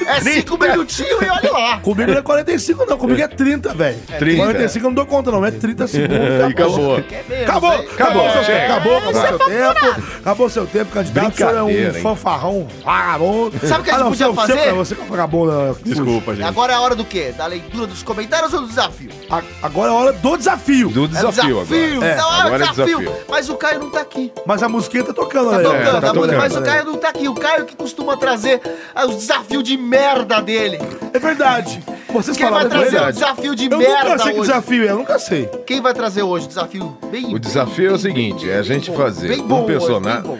É 5 minutinhos e olha lá. Comigo não é 45, não. Comigo é 30, velho. 30. 45 eu não dou conta, não. É 30 segundos. tá E acabou. Quer menos, Acabou, É hein? acabou, seu Chega. tempo, acabou, acabou seu tempo, acabou seu tempo, candidato, o senhor é Brincadeira, um hein? fanfarrão vagabundo. Ah, Sabe o que a gente não, podia seu- seu- fazer? Você que é um vagabundo. né? Desculpa, gente. Agora é a hora do quê? Da leitura dos comentários ou do desafio? A- agora é a hora do desafio, Do É o desafio agora. Então é, o agora é desafio. desafio. Mas o Caio não tá aqui. mas a musiquinha tá tocando Tá aí. ó. tocando, tá tá tocando, tocando. mas o Caio não tá aqui. O Caio que costuma trazer ah, os desafios de merda dele. É verdade, vocês Quem vai falaram trazer o verdade. desafio de Eu nunca merda sei que hoje? desafio é, eu nunca sei. Quem vai trazer hoje? Desafio bem. O desafio é o seguinte: é a gente fazer Bem bom um hoje, personagem. bem bom.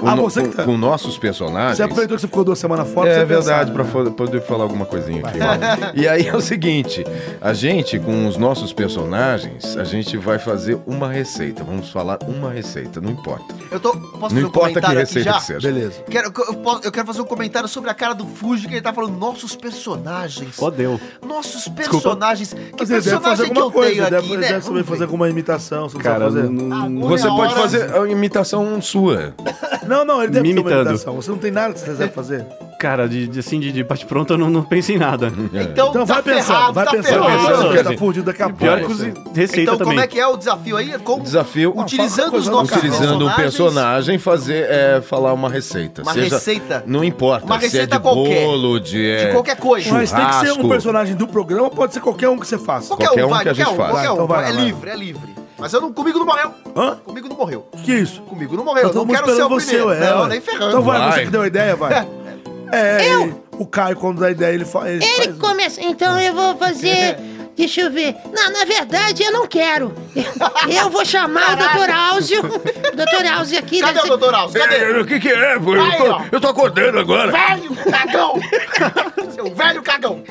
com, Ah, no- você que com- tá- com nossos Ah, personagens. é Você aproveitou que você ficou duas semanas fora É você verdade, pra pensar. fo- poder falar alguma coisinha aqui. ó. E aí é o seguinte, a gente, com os nossos personagens, a gente vai fazer uma receita. Vamos falar uma receita, não importa. Eu tô, posso não fazer um importa que comentário aqui receita já? que seja. Beleza. Quero, eu, posso- eu quero fazer um comentário sobre a cara do Fuji, que ele tá falando nossos personagens. Fodeu. Nossos Desculpa. personagens. Mas Que ele deve fazer personagem que alguma eu coisa, tenho deve, aqui, deve né? saber Vamos fazer ver. alguma imitação. se não Cara, sabe fazer. não- Você é a pode hora. fazer a imitação sua. Não, não, ele deve Me ter uma imitando. imitação. Você não tem nada que você sabe fazer. Cara, de, de- assim, de, de bate-pronto, eu não, não pensei em nada. Então, Então tá ferrado, vai pensando, vai tá pensando. ferrado. pensando. Você tá fudido daqui a pouco. Pior que você. cozinha. Receita então, também. como é que é o desafio aí? Como Desafio. utilizando os coisa- nossos um Utilizando o personagem, fazer é, falar uma receita. Uma Seja- receita. Não importa. Uma se é receita de qualquer. bolo, de, é, de qualquer coisa. Mas tem que ser um Churrasco. personagem do programa, pode ser qualquer um que você faça. Qualquer, qualquer um, um vai, que a qualquer gente um, faz. qualquer um. Então vai lá, é vai lá. livre, é livre. Mas eu não, comigo não morreu. Hã? Comigo não morreu. Que que é isso? Comigo não morreu. Tá Eu todo não mundo quero ser o esperando você, primeiro. ué. não, ué. nem ferrando. Então vai, Vai. você que deu a ideia, vai. É, ele- o Caio, quando dá a ideia, ele faz. Ele Ele faz- começa. Então eu vou fazer. Deixa eu ver. Não, na verdade eu não quero. Eu, eu vou chamar o Dr. Áuzio. Dr. Áuzio aqui. Cadê o deve ser- doutor Alves? Cadê? É, O que que é, pô? Aí, Eu ó. tô, eu tô acordando agora. Velho cagão! Seu velho cagão!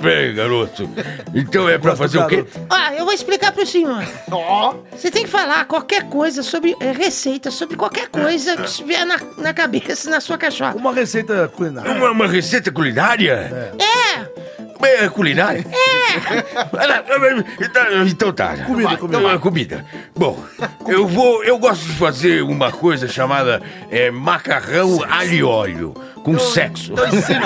Peraí, garoto. Então é pra Gosto do fazer o quê? Ó, eu vou explicar pro senhor. Ó! Você tem que falar qualquer coisa sobre eh, receita, sobre qualquer coisa que estiver na, na cabeça, na sua caixola. Uma receita culinária. Uma, uma receita culinária? É! É, culinária? É! Então tá. Comida, comida. Então, é comida. Bom, eu vou. Eu gosto de fazer uma coisa chamada é, macarrão alho e óleo. Com sexo.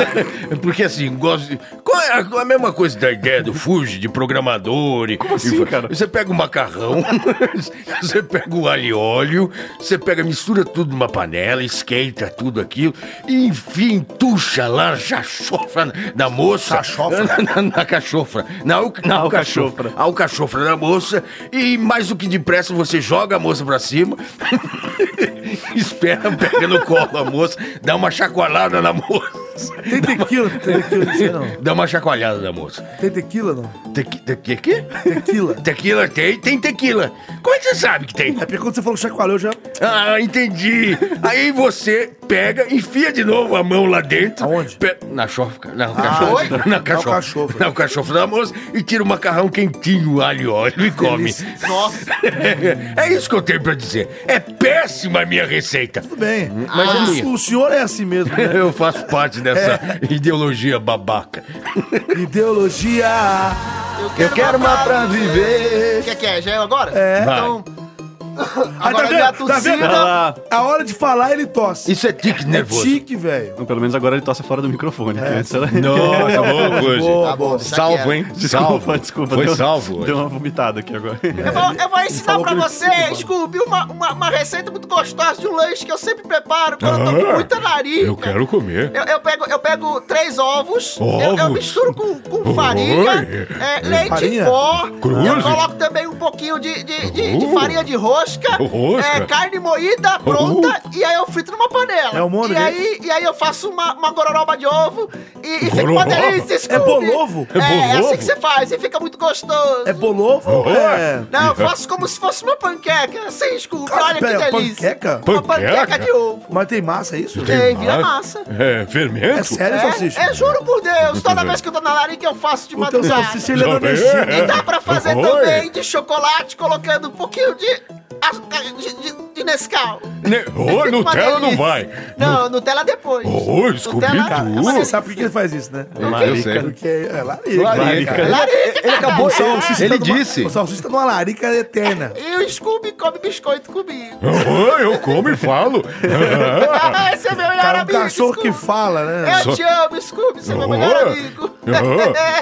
Porque assim, gosto de. Qual é a, a mesma coisa da ideia do Fuji, de programador e. Como assim, cara? Você pega o macarrão, você pega o alho e óleo, você pega, mistura tudo numa panela, esquenta tudo aquilo, e enfim, tucha lá, chachofra da moça. Cachofra? Na, na, na cachofra. Na, al- na alcachofra. Alcachofra. Alcachofra da moça, e mais do que depressa você joga a moça pra cima, espera, pega no colo a moça, dá uma chacoalhada na moça. Tem tequila, tem tequila disso aí, não. Dá uma chacoalhada na moça. Tem tequila, não? Tequi, tequi, quê? Tequila. Tequila tem, tem tequila. Como é que você sabe que tem? É porque quando você falou chacoalhão, eu já. Ah, entendi. Aí você pega, enfia de novo a mão lá dentro. Aonde? Pe- na chofra. Na cachofra. na cachofra. Na alcachofra. Na alcachofra da moça. E tira o macarrão quentinho, alho e óleo e come. delícia. Nossa! é isso que eu tenho pra dizer. É péssima a minha receita. Tudo bem. Mas é Mas minha. o, o senhor é assim mesmo, né? Eu faço parte dessa ideologia babaca. Ideologia. Eu quero uma pra viver. O que, que é? Já é agora? É. Então. Aí, Agora minha tá vendo? Tá vendo? torcida. A hora de falar, ele tosse. Isso é tique É nervoso. tique, velho. Pelo menos agora ele tosse fora do microfone. né? Isso é- Nossa, boa, Fuji. Tá bom, já que Salvo, é. hein? Desculpa, salvo. desculpa. Foi deu- salvo. hoje. Deu uma vomitada aqui agora. Eu vou, eu vou ensinar falou pra que ele- vocês, Scooby, uma, uma, uma receita muito gostosa de um lanche que eu sempre preparo quando eu tô com Ah, muita nariz. Eu quero comer. Eu, eu pego, eu pego três ovos, Eu, eu Ovos? misturo com, com farinha, Oi. é, leite Farinha? em pó, Cruzes? eu coloco também um pouquinho de, de, de- de Oh. farinha de rosca, Rosca? é, carne moída pronta, e aí eu frito numa panela. É almôndega, e, aí, e aí eu faço uma, uma gororoba de ovo e, e fica uma Gororoba? delícia, Scooby. bolovo? É, É é, bolovo? assim que você faz, e fica muito gostoso. É bolovo? Oh. É. Não, eu faço como se fosse uma panqueca, sem Scooby, olha que pera, delícia. panqueca? Uma panqueca Panqueca? de ovo. Mas tem massa, é isso? Tem, vira mais? massa. É, fermento? É sério, salsicha? É, é, juro por Deus, toda vez que eu tô na larica eu faço de O teu madrugada. salsicha ele é Não, nordestino. é. E dá pra fazer Oi. também de chocolate, colocando um pouquinho de, de, de, de Nescau. Ne- Ô, Fica uma Nutella não delícia. vai. Não, Nutella depois. Ô, Scooby Nutella- Cara, Doo. é uma você delícia. sabe por que ele faz isso, né? Eu sei. Porque é larica. Larica. cara. Larica, É. Ele acabou. O salsicha Ele tá numa- disse. O salsicha tá numa larica eterna. E o Scooby come biscoito comigo. Ô, eu como e falo. Ah, Esse é meu melhor Cara, um amigo, cachorro que Scooby. fala, né? Eu te amo, Scooby, você é meu melhor amigo.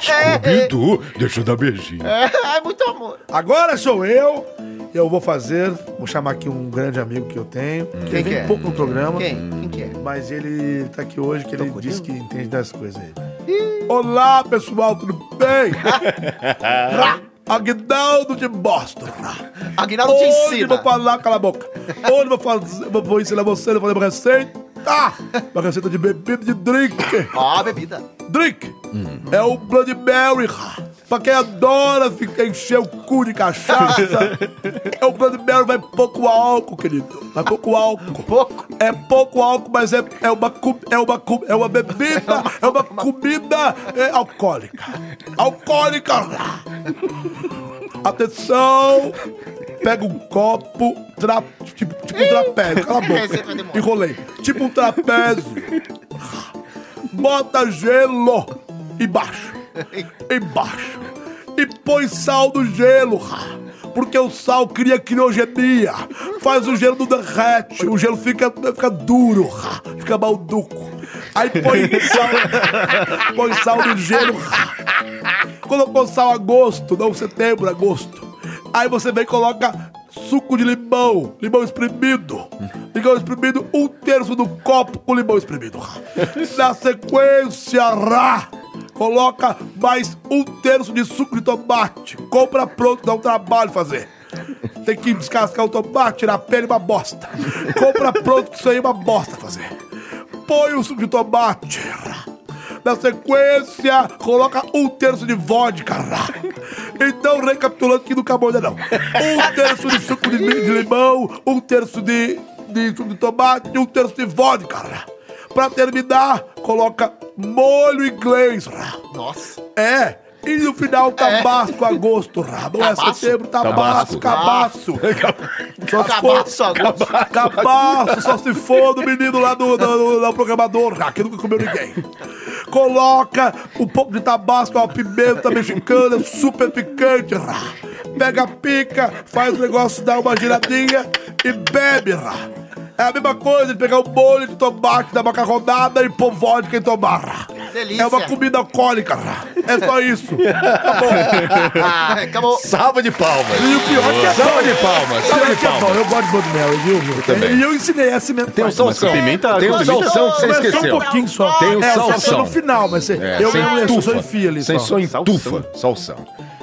Scooby-Doo, deixa eu dar beijinho. É, é muito amor. Agora sou eu. Eu vou fazer. Vou chamar aqui um grande amigo que eu tenho. Que Quem ele que vem é? pouco no programa. Quem? Quem que é? Mas ele tá aqui hoje que ele disse que entende das coisas aí. Olá, pessoal, tudo bem? Rá, Aguinaldo de Boston. Aguinaldo te Hoje eu vou ensina. falar, cala a boca. Hoje eu vou, fazer, vou- vou ensinar você a fazer uma receita. Uma receita de bebida de drink. Ó, a bebida. Drink é o Bloody Mary. Pra quem adora ficar encher o cu de cachaça, é o primeiro vai pouco álcool, querido. Vai pouco álcool. Pouco? É pouco álcool, mas é, é, uma, cu- é, uma, cu- é uma bebida, é uma comida é, alcoólica. Alcoólica! Atenção! Pega um copo, tra- tipo, tipo um trapézio, cala a Receita vai boca. demorar. Enrolei. Tipo um trapézio. Bota gelo embaixo. Embaixo. E põe sal no gelo, ra. Porque o sal cria criogenia. Faz o gelo não derrete. O gelo fica, fica duro, ra. Fica balduco. Aí põe sal, põe sal no gelo, ra. Colocou sal a gosto, não setembro, agosto. Aí você vem e coloca suco de limão, limão espremido. Limão espremido, um terço do copo com limão espremido. Na sequência, rá, coloca mais um terço de suco de tomate. Compra pronto, dá um trabalho fazer. Tem que descascar o tomate, tirar a pele, uma bosta. Compra pronto, que isso aí é uma bosta fazer. Põe o suco de tomate, na sequência, coloca um terço de vodka. Então, recapitulando que não acabou ainda não. Um terço de suco de, mi- de limão, um terço de, de suco de tomate e um terço de vodka. Pra terminar, coloca molho inglês. Nossa. É. E no final, tabasco a gosto. Não é Tabaço? setembro, tabasco, Tabaço. Ah. cabaço. Só se Cabaço a for- gosto. Cabaço, só se for do menino lá do, do, do- do programador, lá, que nunca comeu ninguém. Coloca um pouco de tabasco, uma pimenta mexicana, é super picante. Rá. Pega a pica, faz o negócio dar uma giradinha e bebe. Rá. É a mesma coisa de pegar um bolho de tomate da macarronada e pôr vodka e tomar. Rá. Delícia. É uma comida alcoólica. Rá. É só isso. Acabou. Ah, Acabou. Salva de palmas. E o pior que é Salva bom. de palmas. Pior Salva de que é bom. palmas. Eu gosto de Blood Mary, viu? meu? também. E eu ensinei essa mesmo. Tem um salsão. pimenta- Tem um com salsão que você Mas só esqueceu. um pouquinho só. Tem o é, só salsão. no final, mas você, É, eu sem mesmo lembro, só tufa. enfia ali Sem só. só entufa. Salsão.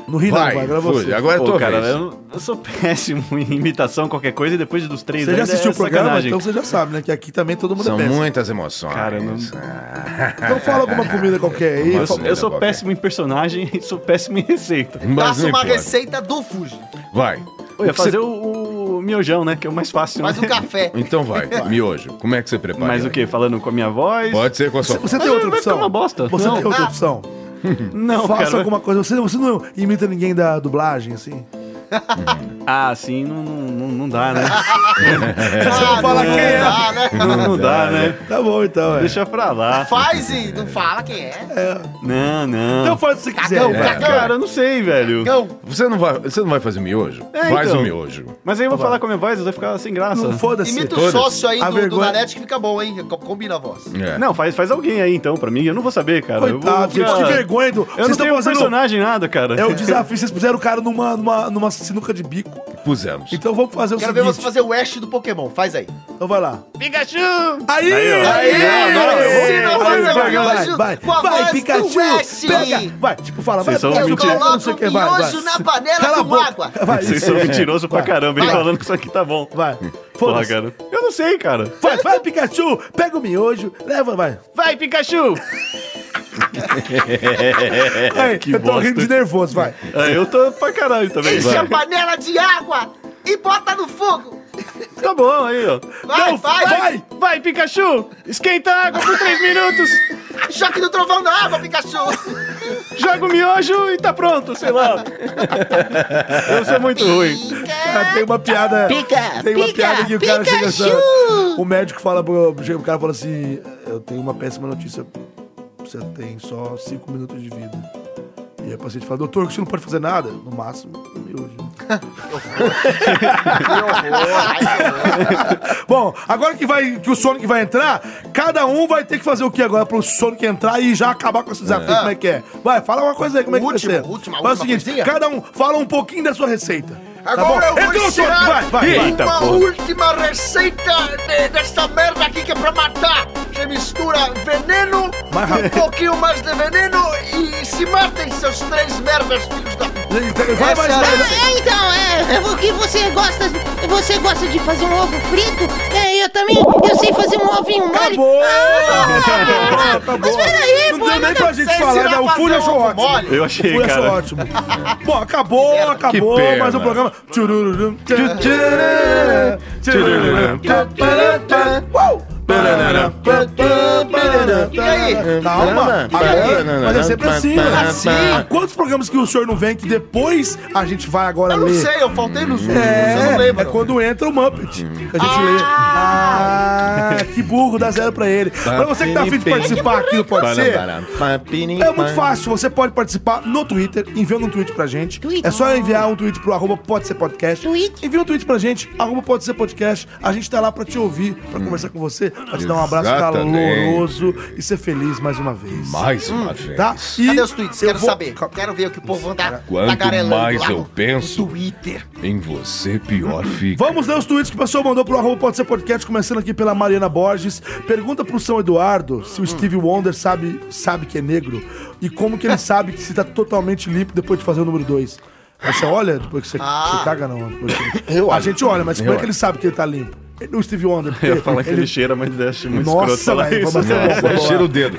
No rio não, Vai, vai, agora Fúria, você. agora é Pô, tua cara, vez. eu, não- eu sou péssimo em imitação, qualquer coisa, e depois dos três Você já ainda assistiu é o programa, sacanagem. então você já sabe, né? Que aqui também todo mundo São é péssimo. muitas emoções. Cara, não- Então fala É. alguma comida qualquer aí. Eu sou, eu sou Qualquer. péssimo em personagem e sou péssimo em receita. Mas Passa uma não importa. receita do Fuji. Vai. Eu ia fazer o, o miojão, né? Que é o mais fácil. Faz um né? café. Então vai. Miojo. Como é que você prepara? Mas o quê? Falando com a minha voz? Pode ser com a sua. Você tem Mas outra Ah, vai ficar opção? uma bosta. Você Não. tem outra opção? Não, Faça cara. alguma coisa. Você, você não imita ninguém da dublagem, assim? Ah, sim, não, não, não- não dá, né? Você não fala quem é. né? não, não dá, né? Tá bom, então, é. Ah, Deixa pra lá. Faz e não fala quem é. Não, não. Então faz o que você quiser. Cagão, vai. cagão. cara, eu não sei, velho. Cagão. Você não vai, você não vai fazer miojo? É, Faz então. o miojo. Mas aí eu vou falar com a minha voz, eu vou ficar sem graça. Não foda-se. Imita o todas. sócio aí A do, do vergonha- Nanete que fica bom, hein? Co- Combina a voz. É. Não, faz, faz alguém aí então pra mim. Eu não vou saber, cara. Eu vou Coitado, gente, ficar- que vergonha. do- Eu Vocês não estão tenho fazendo personagem nada, cara. É o desafio. Vocês puseram o cara numa, numa, numa sinuca de bico. Pusemos. Então vamos fazer o Quero ver seguinte. você fazer o Ash do Pokémon. Faz aí. Então vai lá. Pikachu! Aí! Aí, ó. Aí! Aí, agora eu vou. Aí, Não, vai, mas vai, eu vai, ajudo. vai, Com a voz vai, do Pikachu! Ash. Pega! Vai, tipo, fala, vai, Vocês são Pikachu, mentirosos. pega, não sei o que, vai, vai. Miojo na panela Cala a com boca. água. Vai, Vocês isso, são é. mentirosos pra Vai, caramba, hein? vai. Falando que isso aqui tá bom. Vai, Fala, foda-se. cara. Eu não sei, cara. Vai, vai, Pikachu! Pega o miojo, leva, vai. Vai, Pikachu! Vai, É, que eu tô bosta. rindo de nervoso, vai. Ah, eu tô pra caralho também. Enche a panela de água e bota no fogo. Tá bom, aí, ó. Vai, Não, vai. Então, vai! Vai, Pikachu! Esquenta a água por 3 minutos! Choque do trovão na água, Pikachu. Joga o miojo e tá pronto, sei lá. Eu sou muito ruim. Ah, tem uma piada. Pica, tem uma pica, piada que o cara chega Pikachu! assim. O médico fala pro. Chega pro cara e fala assim: Eu tenho uma péssima notícia. Você tem só cinco minutos de vida. E aí o paciente fala, doutor, que você não pode fazer nada? No máximo, um miojo. Bom, agora que, vai, que o Sonic vai entrar, cada um vai ter que fazer o que agora pro Sonic entrar e já acabar com esse desafio? Como é que é? Vai, fala uma coisa aí, como é que Último, vai ser? última, Faz o última seguinte, coisinha? cada um fala um pouquinho da sua receita. Tá Agora bom? eu vou Entrou o Sonic, ensinar vai, vai, vai. Eita, uma porra. última receita de- desta merda aqui que é pra matar. Você mistura veneno Mais um rápido. pouquinho mais de veneno e se matem seus três merdas, filhos da... Vai Essa mais era- rápido. É, então, é, é o que você gosta. Você gosta de fazer um ovo frito? É, eu também. Eu sei fazer um ovinho mole. Acabou! Ah, Acabou. Mas Tá peraí, Não pô. deu nem tá pra gente Sem falar, ensinar né? O a Fúria fazer achou ovo ótimo. mole. Eu achei, O Fúria cara. achou ótimo. Bom, acabou, acabou, Que pena. mais um programa. Tchurururu. Tchurururu. Uau! E aí? Calma! Agora, mas é sempre assim, né? Assim? Há quantos programas que o senhor não vem que depois a gente vai agora Eu não ler? sei, eu faltei nos últimos, eu É, não lembro. é quando entra o Muppet. A gente lê. Ah, que burro, dá zero pra ele. Pra você que tá afim de participar aqui do Pode Ser, é muito fácil. Você pode participar no Twitter, enviando um tweet pra gente. Twitter. É só enviar um tweet pro arroba Pode Ser Podcast. Tweet. Envia um tweet pra gente, arroba Pode Ser Podcast. A gente tá lá pra te ouvir, Hum. pra conversar com você, pra te dar um abraço Exatamente. caloroso e ser feliz mais uma vez. Mais uma vez. Tá? E Cadê os tweets? eu Quero vou- saber. Quero ver o que o povo anda Quanto tagarelando mais lá eu no- penso- no Twitter. Em você, pior fica. Vamos ler os tweets que o pessoal mandou pro arroba Pode Ser Podcast, começando aqui pela Mariana Borges. Pergunta pro São Eduardo se o Steve Wonder sabe, sabe que é negro e como que ele sabe que se tá totalmente limpo depois de fazer o número 2. Você olha depois que você, você caga, não? depois que- Eu A olho. gente olha, mas como Eu é que ele sabe que ele tá limpo? Ele- O Steve Wonder. porque Eu ia falar que ele cheira, mas eu acho muito escroto Nossa, falar velho, isso. né? vamos lá, vamos lá. Cheira o dedo.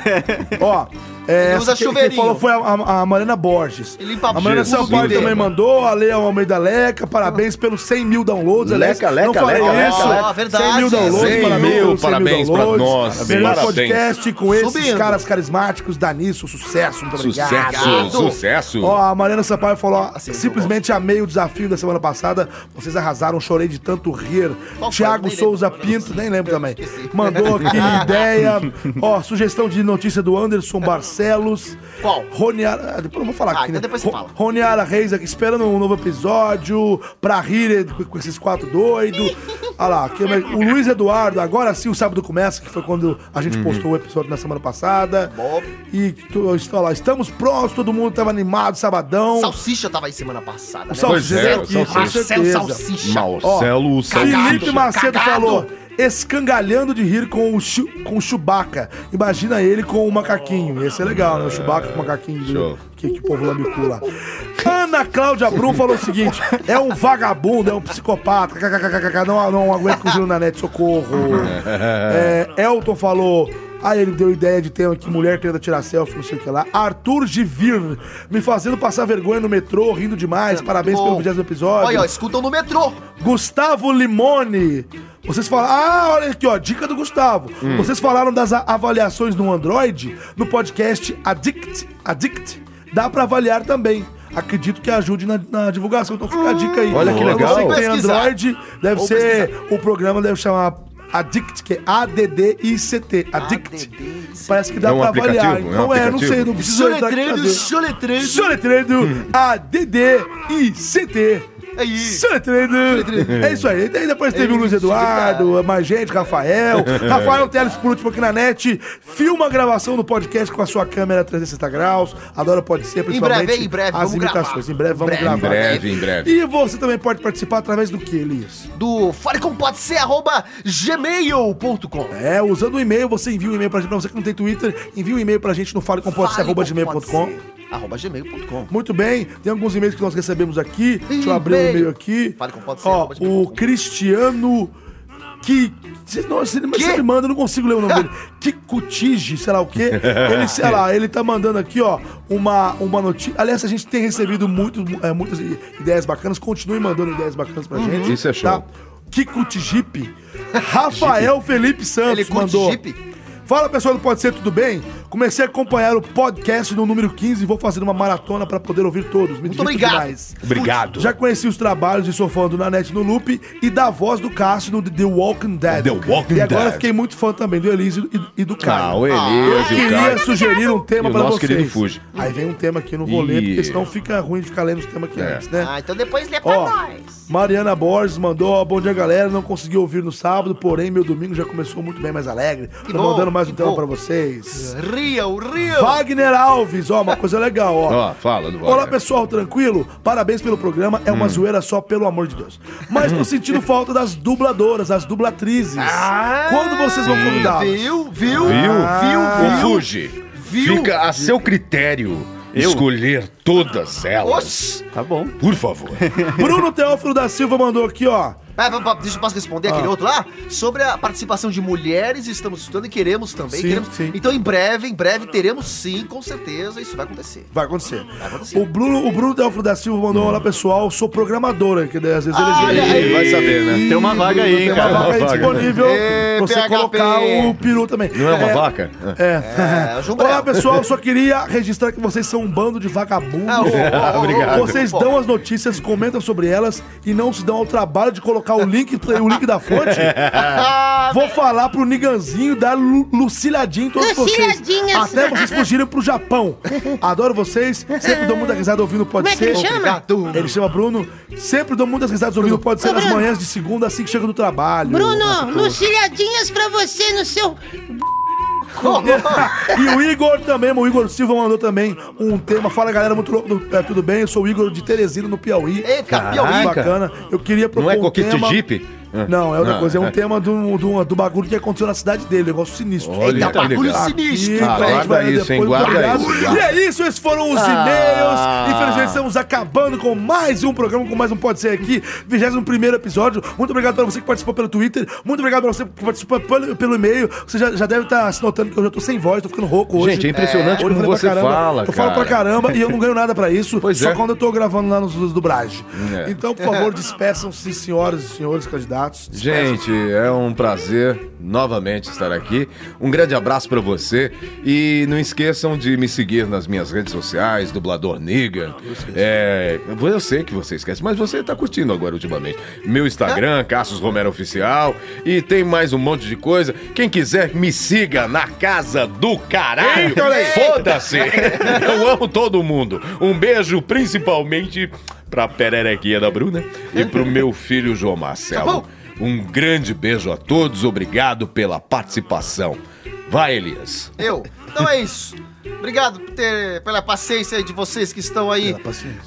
Ó, é, Ele essa usa que- chuveirinho. Quem falou foi a, a, a Mariana Borges. Ele limpa a Mariana o São cu Paulo dele. também mandou, a Leia Almeida Leca, parabéns pelos 100 mil downloads. aliás, Leca, não Leca, falei Leca, Leca, isso. Leca. É, Verdade. 100 mil downloads, 100 parabéns. mil, pelos 100 parabéns pra nós. Melhor Parabéns. podcast com esses Subindo. caras carismáticos, Danisso, sucesso, muito obrigado. Sucesso, sucesso. Ó, a Mariana Sampaio falou, ó, Assim, eu simplesmente amei o desafio da semana passada, vocês arrasaram, chorei de tanto rir. Qual foi? Tiago Nem lembro. Souza Pinto, nem lembro também, esqueci. mandou aqui ideia. Ó, sugestão de notícia do Anderson Barcelos. Qual? Roniara, ah, depois eu não vou falar Ah, aqui, então depois você Ro- fala. Roniara Reis aqui, esperando um novo episódio, pra rir com- com esses quatro doidos. Olha lá, aqui, mas o Luiz Eduardo, agora sim o sábado começa, que foi quando a gente postou o episódio na semana passada. Bom. E tu- olha lá, estamos prontos, todo mundo tava animado, sabadão. Salsicha tava aí semana passada, né? Pois é, Salsicha aqui, o com Salsicha. Marcel certeza. Salsicha. Marcelo, o Felipe Cagado, cagado. Macedo falou: escangalhando de rir com o, Chu, com o Chewbacca. Imagina ele com o macaquinho. Ia ser legal, né? O Chewbacca com o macaquinho do, Show. que, que o povo lambe o cu lá. Ana Cláudia Brum falou o seguinte: é um vagabundo, é um psicopata. kkkk, Não, não aguento com o Giro na net, socorro. É, Elton falou. Aí ele deu ideia de ter que mulher tenta tirar selfie, não sei o que lá. Arthur Givir, me fazendo passar vergonha no metrô, rindo demais. Parabéns Bom. pelo 20 episódio. Olha, ó, escutam no metrô. Gustavo Limone. Vocês falaram. Ah, olha aqui, ó. Dica do Gustavo. Hum. Vocês falaram das a- avaliações no Android no podcast Addict. Addict. Dá pra avaliar também. Acredito que ajude na, na divulgação. Então fica a dica aí. Olha que Pra legal. Você que tem Pesquisar. Android, deve Vou ser. O programa deve chamar Addict, que é A-D-D-I-C-T. Addict. Parece que dá É um pra avaliar. aplicativo, é um Então é, não aplicativo. sei, não precisa entrar aqui pra Soletrando, ver. soletrando. Soletrando A-D-D-I-C-T. Aí. Soletrando. É isso aí. Daí depois teve o Luiz Eduardo, mais gente, Rafael. É. Rafael Teles, por último, aqui na net. Filma a gravação do podcast com a sua câmera 360 graus. Adora pode ser, principalmente breve, em breve, as vamos imitações. gravar. Em breve vamos Breve, gravar. Em breve, em breve. E você também pode participar através do que, Elias? Do falecompodecer.gmail.com É, usando o e-mail, você envia um e-mail pra gente. Pra você que não tem Twitter, envia um e-mail pra gente no falecompodc.gmail.com. Arroba gmail.com. Muito bem, tem alguns e-mails que nós recebemos aqui. Deixa eu abrir o E-mail. e-mail aqui. Fale com pode ser, Ó, pode ser. o Cristiano que você- Nossa, ele você me manda, eu não consigo ler o nome dele. Que cutige, sei lá o quê. Ele, sei lá, ele tá mandando aqui, ó, uma, uma notícia. Aliás, a gente tem recebido muito, é, muitas i- ideias bacanas. Continue mandando ideias bacanas pra Uhum. gente. Isso é show. Que cutigipe. Rafael Felipe Santos Ele é curte mandou. Jeep? Fala pessoal do Pode Ser, tudo bem? Comecei a acompanhar o podcast no número 15 e vou fazer uma maratona pra poder ouvir todos. Me Muito divirto obrigado. demais. Obrigado. Já conheci os trabalhos de Sou Fã do Nanete no Loop e da voz do Cássio no The Walking Dead. The Walking E agora Dead. fiquei muito fã também do Elísio e, e do Ah, Caio. o Elias Eu e o queria Caio. sugerir um tema E o pra nosso vocês. querido Fuji. Aí vem um tema aqui, eu não vou ler, porque senão fica ruim de ficar lendo os temas aqui É. antes, né? Ah, então depois lê pra Ó, nós. Mariana Borges mandou, ó, bom dia galera, não consegui ouvir no sábado, porém meu domingo já começou muito bem mais alegre. Tô bom, É. mandando mais um que tema bom. pra vocês. Ria, o Rio. Wagner Alves, ó, uma coisa legal, ó. Ó, fala do Olá, pessoal, tranquilo? Parabéns pelo programa. É uma zoeira só, pelo amor de Deus. Mas tô sentindo falta das dubladoras, as dublatrizes. Quando vocês vão convidar? Ah, Viu? Viu? Viu? Ah. Ô, Fuji, fica a seu critério escolher todas elas. Tá bom. Por favor. Bruno Teófilo da Silva mandou aqui, ó. Ah, pa- pa- deixa eu posso responder aquele Ah. outro lá? Sobre a participação de mulheres, estamos estudando e queremos também. Sim, queremos- sim. Então, em breve, em breve, teremos sim, com certeza, isso vai acontecer. Vai acontecer. Vai acontecer. O Bruno, o Bruno Teófilo da Silva mandou, olá, pessoal, sou programadora, que né, às vezes Olha ele... Vai saber, né? Tem uma vaga aí, hein, Tem uma cara. vaga aí vaga. é disponível Ê, pra você PHP. colocar o peru também. Não é uma vaca? É. É, o Jumbrel. Olá, pessoal, só queria registrar que vocês são um bando de vagabundos. Ah, ô, ô, ô, ô, ô, Vocês pô. dão as notícias, comentam sobre elas e não se dão ao trabalho de colocar o link, o link da fonte. Ah, Vou falar pro Niganzinho dar lu luciladinha em todos vocês. Luciladinhas. Até vocês fugirem pro Japão. Adoro vocês, sempre dou muita risada ouvindo Pode Como é que Ser. ele chama? Obrigado. Então, Ele chama Bruno. Sempre dou muitas risadas ouvindo Pode Ser Ô, nas Bruno. manhãs de segunda assim que chega do trabalho. Bruno, lucilhadinhas pra você no seu. e o Igor também, o Igor Silva mandou também um tema. Fala galera, muito louco, do- é, tudo bem? Eu sou o Igor de Teresina, no Piauí. Ei, cara, Piauí, Piauí. bacana. Eu queria propor Não é um Coquito tema... Jeep? Não, é outra Não, coisa. É um é. tema do, do, do bagulho que aconteceu na cidade dele, negócio sinistro. Olha, Eita, tá bagulho ligado. sinistro. Aqui, Ah, pra gente guarda vai isso, hein, depois, guarda obrigado. isso, E guarda. é isso, esses foram os Ah. e-mails. Infelizmente estamos acabando com mais um programa, com mais um Pode Ser aqui, 21 episódio. Muito obrigado para você que participou pelo Twitter, muito obrigado para você que participou pelo, pelo e-mail. Você já, já deve estar se notando que eu já tô sem voz, tô ficando rouco hoje. Gente, é Hoje impressionante eu como falei você pra caramba, fala, Eu falo pra cara. caramba e eu não ganho nada pra isso, Pois só é. quando eu tô gravando lá nos, nos dublagem. É. Então, por favor, despeçam-se, senhoras e senhores candidatos. Gente, é um prazer novamente estar aqui. Um grande abraço pra você e não esqueçam de me seguir nas minhas redes sociais, dublador Niga. É, eu sei que você esquece, mas você tá curtindo agora ultimamente. Meu Instagram, Cassius Romero Oficial e tem mais um monte de coisa. Quem quiser me siga na casa do caralho. Eita, olha aí. Foda-se. Eu amo todo mundo. Um beijo principalmente pra pererequinha da Bruna e pro meu filho João Marcelo. Tá bom. Um grande beijo a todos, obrigado pela participação. Vai, Elias. Eu. Então é isso. Obrigado por ter, pela paciência aí de vocês que estão aí.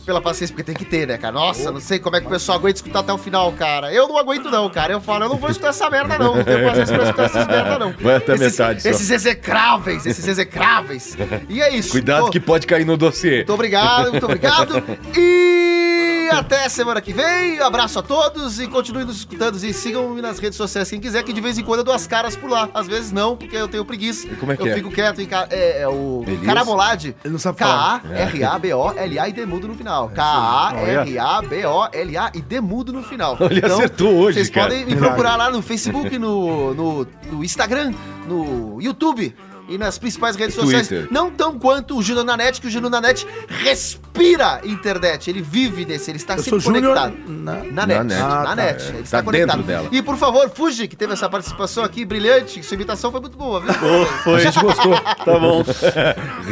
Pela paciência. porque tem que ter, né, cara? Nossa, não sei como é que o pessoal aguenta escutar até o final, cara. Eu não aguento, não, cara. Eu falo, eu não vou escutar essa merda, não. Não tenho paciência pra escutar essas merda, não. Vai até esses, metade só. Esses execráveis, esses execráveis. E é isso. Cuidado Tô- que pode cair no dossiê. Muito obrigado, muito obrigado. E até semana que vem. Abraço a todos e continuem nos escutando e sigam-me nas redes sociais quem quiser, que de vez em quando eu dou as caras por lá. Às vezes não, porque eu tenho preguiça. E como é que eu é? fico quieto e ca- é, é o Beleza. Carabolade. Ele não sabe falar. É K-A-R-A-B-O-L-A e demudo no final. K-A-R-A-B-O-L-A e demudo no final. Então, Ele acertou hoje, Vocês cara. podem me procurar lá no Facebook, no, no, no Instagram, no YouTube e nas principais redes sociais. Twitter. Não tão quanto o Júnior Nanete, que o Júnior Nanete respira internet. Ele vive nesse, ele está Eu sempre sou Júnior conectado. Na- Na net, Nanete. na Ah, tá. net. É, Ele tá está conectado. dentro dela. E por favor, Fuji, que teve essa participação aqui brilhante. Sua imitação foi muito boa, viu? Ô, foi. A gente gostou. Tá bom. Bom, Risada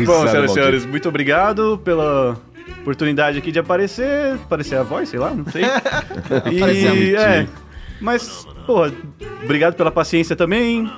senhoras maldita. e senhores, muito obrigado pela oportunidade aqui de aparecer. Aparecer a voz, sei lá, não sei. a e, mentira. é, mas, porra, obrigado pela paciência também.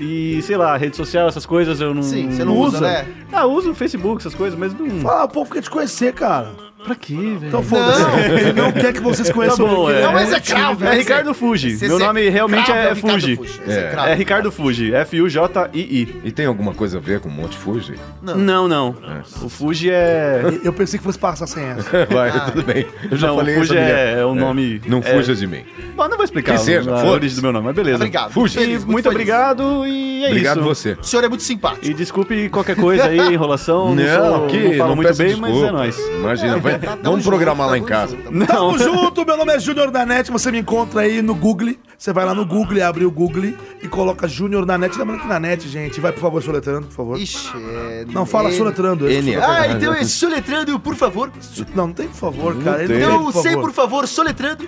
E, sei lá, rede social, essas coisas eu não. Sim, você não usa, né? Ah, uso o Facebook, essas coisas, mas não. Fala, Ah, o povo quer te conhecer, cara. Pra quê, velho? Então foda-se. Ele não quer que vocês tá conheçam bom, ele. é. Não, mas é cravo, É né? Ricardo Fuji. Esse- Meu esse nome realmente cravo é, o Ricardo Fuji. Fuji. Esse É. cravo. É Ricardo Fuji, F-U-J-I-I. E tem alguma coisa a ver com Monte Fuji? Não. Não, não. O Fuji é. Eu pensei que fosse passar sem essa. Vai, tudo bem. Eu já Não, falei Fuji isso, Elias. é, é um nome. Não é, fuja de mim. Bom, não vou explicar Que o- seja, a foda-se. origem do meu nome, mas beleza. Obrigado. Fuji. E Feliz, muito, obrigado e é obrigado isso. você. O senhor é muito simpático. E desculpe qualquer coisa aí, enrolação. Não, sou- não falo muito peço bem, mas desculpa. é nóis. Imagina, vai- Tá- tamo vamos junto, programar lá tamo em casa. junto, tamo Não. Tamo junto, meu nome é Júnior da Net, você me encontra aí no Google. Você vai lá no Google, abre o Google e coloca Júnior da Net. Lembrando que na net, gente, vai, por favor, soletrando, por favor. Ixi, é... Não fala ele- soletrando. eu esqueci. Ah, então é soletrando, por favor. Não, não tem por favor, cara. ele tem. não Eu sei, por favor, soletrando.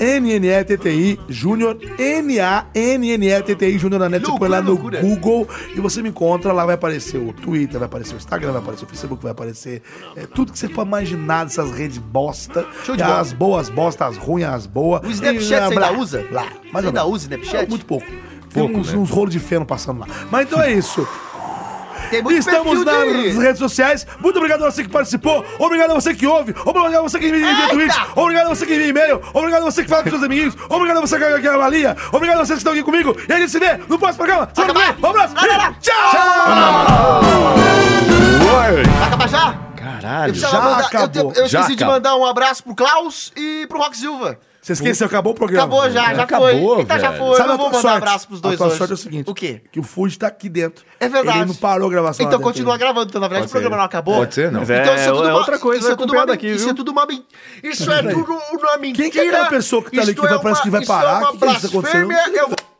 N-A-N-N-E-T-T-I Júnior, N-A-N-N-E-T-T-I Júnior da Net. Você põe Loucura, lá no loucura. Google e você me encontra. Lá vai aparecer o Twitter, vai aparecer o Instagram, vai aparecer o Facebook, vai aparecer é, tudo que você pode imaginar dessas redes bosta. Show de E bola. as boas bosta, as ruins, as boas. O Snapchat você blá, ainda usa? Lá, mais Você ou ainda menos. usa Snapchat? É, muito pouco. Tem Pouco, uns, né? uns rolos de feno passando lá. Mas então é isso. Tem muito Estamos nas perfil de- redes sociais. Muito obrigado a você que participou. Obrigado a você que ouve. Obrigado a você que me envia Eita! tweets. Obrigado a você que envia e-mail. Obrigado a você que fala com seus amiguinhos. Obrigado a você que que avalia. Obrigado a vocês que estão aqui comigo. E a gente se vê no próximo programa. Semana que vem. Um abraço. e Vai acabar já? Eu, Caralho, precisava já mandar- eu acabou. te- eu Já esqueci de acabou. mandar um abraço pro Klaus e pro Rock Silva. Você esqueceu, acabou o programa. Acabou já, já Acabou, foi. Então já velho. foi. Sabe eu a não vou tua mandar sorte? abraço pros A dois tua hoje. sorte é o seguinte. O quê? Que o Fuji tá aqui dentro. É verdade. Ele não parou a gravação. lá Então dentro continua ainda. gravando. Então, na verdade, o Pode programa ser. não acabou. Então, Pode ser, não. Mas é, isso tudo é uma- outra coisa, isso é tudo uma, acompanhada men- aqui, Isso viu? é tudo uma men- Isso é tudo uma mentira. Quem que é aquela pessoa que tá ali Isso que é parece que vai isso parar? É uma Que que é isso que tá acontecendo? blasfêmia. um Eu vou